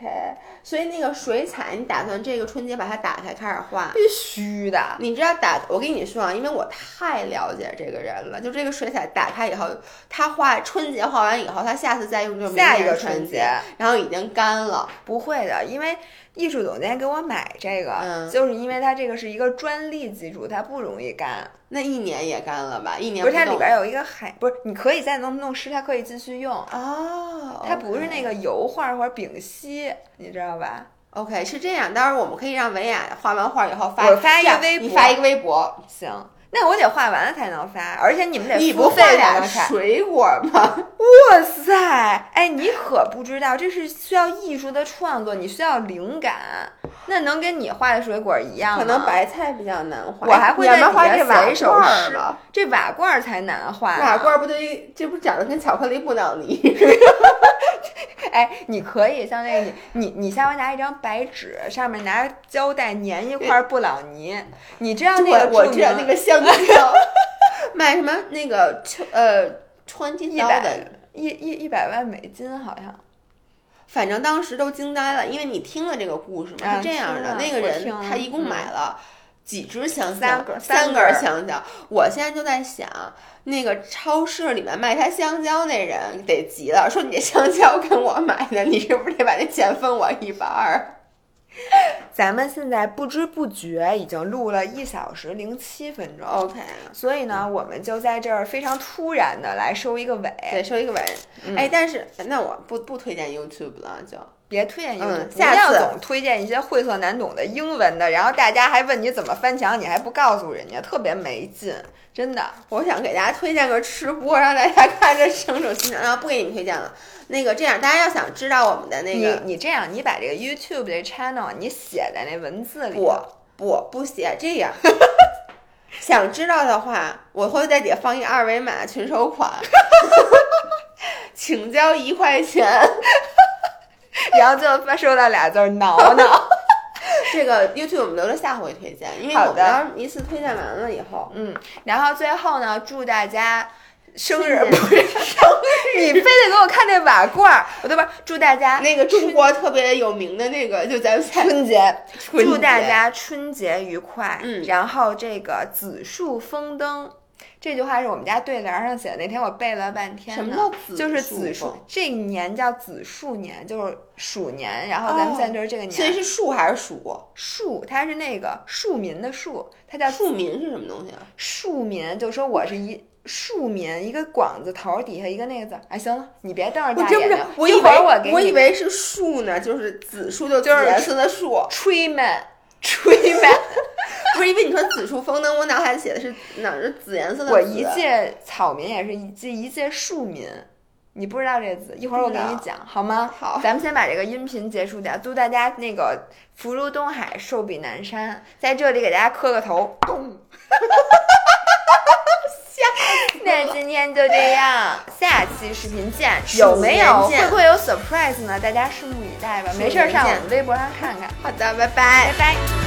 [SPEAKER 2] 所以那个水彩，你打算这个春节把它打开开始画？
[SPEAKER 1] 必须的，
[SPEAKER 2] 你知道打我跟你说啊，因为我太了解这个人了，就这个水彩打开以后，他画春节画完以后，他下次再用就明
[SPEAKER 1] 下一
[SPEAKER 2] 年
[SPEAKER 1] 个
[SPEAKER 2] 春
[SPEAKER 1] 春
[SPEAKER 2] 节，
[SPEAKER 1] 节。
[SPEAKER 2] 然后已经干了。
[SPEAKER 1] 不会的，因为艺术总监给我买这个，
[SPEAKER 2] 嗯
[SPEAKER 1] 就是因为它这个是一个专利技术，它不容易干。
[SPEAKER 2] 那一年也干了吧？一年
[SPEAKER 1] 不是它
[SPEAKER 2] 动
[SPEAKER 1] 里边有一个海，不是你可以再弄弄湿，它可以继续用。
[SPEAKER 2] 哦，
[SPEAKER 1] 它不是那
[SPEAKER 2] 个
[SPEAKER 1] 个油画或者丙烯，你知道吧？
[SPEAKER 2] OK 是这样。到时候我们可以让维亚画完画以后发
[SPEAKER 1] 我发一个
[SPEAKER 2] 这样
[SPEAKER 1] 微
[SPEAKER 2] 你
[SPEAKER 1] 博
[SPEAKER 2] 发一个微博，
[SPEAKER 1] 行，那我得画完了才能发，而且你们得
[SPEAKER 2] 你
[SPEAKER 1] 付
[SPEAKER 2] 不
[SPEAKER 1] 费
[SPEAKER 2] 画
[SPEAKER 1] 才
[SPEAKER 2] 俩
[SPEAKER 1] 能看。
[SPEAKER 2] 水果吗？
[SPEAKER 1] 哇塞，哎，你可不知道，这是需要艺术的创作，你需要灵感。那能跟你画的水果一样吗？
[SPEAKER 2] 可能白菜比较难画，
[SPEAKER 1] 我还会
[SPEAKER 2] 你要
[SPEAKER 1] 在
[SPEAKER 2] 不然画
[SPEAKER 1] 底
[SPEAKER 2] 这
[SPEAKER 1] 下
[SPEAKER 2] 瓦
[SPEAKER 1] 写一首
[SPEAKER 2] 罐儿
[SPEAKER 1] 诗
[SPEAKER 2] 吧。
[SPEAKER 1] 这瓦罐儿才难画、
[SPEAKER 2] 瓦罐儿不就一，这不长得跟巧克力布朗尼似的？
[SPEAKER 1] 哎，你可以像那个你你你下回拿一张白纸，上面拿胶带粘一块布朗尼，你知道那个啊
[SPEAKER 2] 我
[SPEAKER 1] 著
[SPEAKER 2] 知道那
[SPEAKER 1] 名
[SPEAKER 2] 个 香蕉，卖什么那个秋呃川金
[SPEAKER 1] 一
[SPEAKER 2] 刀
[SPEAKER 1] 百
[SPEAKER 2] 的，
[SPEAKER 1] 一一一百万美金好像
[SPEAKER 2] 反正当时都惊呆了，因为你听了这个故事嘛，
[SPEAKER 1] 啊
[SPEAKER 2] 是这样的，
[SPEAKER 1] 听了
[SPEAKER 2] 那个
[SPEAKER 1] 我
[SPEAKER 2] 人
[SPEAKER 1] 听了嗯
[SPEAKER 2] 他一共买了。几只香蕉，
[SPEAKER 1] 三根
[SPEAKER 2] 三
[SPEAKER 1] 三
[SPEAKER 2] 根
[SPEAKER 1] 根
[SPEAKER 2] 香蕉。我现在就在想，那个超市里面卖他香蕉那人得急了，说你这香蕉跟我买的，你是不是得把那钱分我一半儿？
[SPEAKER 1] 咱们现在不知不觉已经录了一小时零七分钟
[SPEAKER 2] OK，
[SPEAKER 1] 所以呢，我们就在这儿非常突然的来收一个尾，
[SPEAKER 2] 对，收一个尾。
[SPEAKER 1] 嗯
[SPEAKER 2] 哎，但是那我不不推荐 YouTube 了，就
[SPEAKER 1] 别推荐英文，
[SPEAKER 2] 嗯
[SPEAKER 1] 不
[SPEAKER 2] 下
[SPEAKER 1] 要
[SPEAKER 2] 次
[SPEAKER 1] 总推荐一些晦涩难懂的英文的，然后大家还问你怎么翻墙，你还不告诉人家，特别没劲，真的。
[SPEAKER 2] 我想给大家推荐个吃播，让大家看着省省心肠。然后不给你们推荐了。那个这样，大家要想知道我们的那个
[SPEAKER 1] 你你这样，你把这个 YouTube 这 channel 你写在那文字里头，
[SPEAKER 2] 不不不写这样， 想知道的话，我会在底下放一二维码群收款， 请交一块钱。
[SPEAKER 1] 然后就发收到俩字儿挠 挠。
[SPEAKER 2] 这个 YouTube 我们留着下回推荐，因为
[SPEAKER 1] 好的
[SPEAKER 2] 我们要是一次推荐完了以后，
[SPEAKER 1] 嗯，然后最后呢，祝大家生日
[SPEAKER 2] 春
[SPEAKER 1] 不
[SPEAKER 2] 节
[SPEAKER 1] 是生日，你非得给我看那瓦罐儿，我对吧？祝大家
[SPEAKER 2] 那个中国特别有名的那个，就咱们在
[SPEAKER 1] 嗯春节，
[SPEAKER 2] 春
[SPEAKER 1] 祝大
[SPEAKER 2] 节
[SPEAKER 1] 家春节愉快。
[SPEAKER 2] 嗯
[SPEAKER 1] 然后这个子树丰登。这句话是我们家对联儿上写的，那天我背了半天
[SPEAKER 2] 什
[SPEAKER 1] 呢。
[SPEAKER 2] 么叫子
[SPEAKER 1] 就是
[SPEAKER 2] 树
[SPEAKER 1] 子树
[SPEAKER 2] 丰，
[SPEAKER 1] 这一年叫子树年，就是鼠年，然后咱
[SPEAKER 2] 哦
[SPEAKER 1] 们现在就是这个年。
[SPEAKER 2] 所以是树还是鼠？
[SPEAKER 1] 庶，它是那个庶民的庶，它叫
[SPEAKER 2] 庶民是什么东西啊？
[SPEAKER 1] 庶民，就说我是一庶民，一个广字头底下一个那个字。哎，行了，你别瞪着
[SPEAKER 2] 我
[SPEAKER 1] 大
[SPEAKER 2] 真不
[SPEAKER 1] 眼
[SPEAKER 2] 知
[SPEAKER 1] 睛
[SPEAKER 2] 道，，我
[SPEAKER 1] 一
[SPEAKER 2] 以
[SPEAKER 1] 会儿
[SPEAKER 2] 为
[SPEAKER 1] 我给
[SPEAKER 2] 我
[SPEAKER 1] 你
[SPEAKER 2] 以为是树呢，就是紫树，就
[SPEAKER 1] 就是
[SPEAKER 2] 颜色的树。
[SPEAKER 1] 吹门，吹门。
[SPEAKER 2] 不是因为你说紫树风灯，我脑海里写的是哪儿是紫颜色的紫。
[SPEAKER 1] 我一介草民也是一介一介庶民，你不知道这个字，一会儿我给你
[SPEAKER 2] 不
[SPEAKER 1] 讲好吗？
[SPEAKER 2] 好
[SPEAKER 1] 咱们先把这个音频结束掉，祝大家那个福如东海，寿比南山，在这里给大家磕个头，咚。 那今天就这样，下期视频见。有没有
[SPEAKER 2] 见
[SPEAKER 1] 会不会有 surprise 呢？大家拭目以待吧。没事儿，上我们微博上看看。
[SPEAKER 2] 好的，拜拜，
[SPEAKER 1] 拜拜。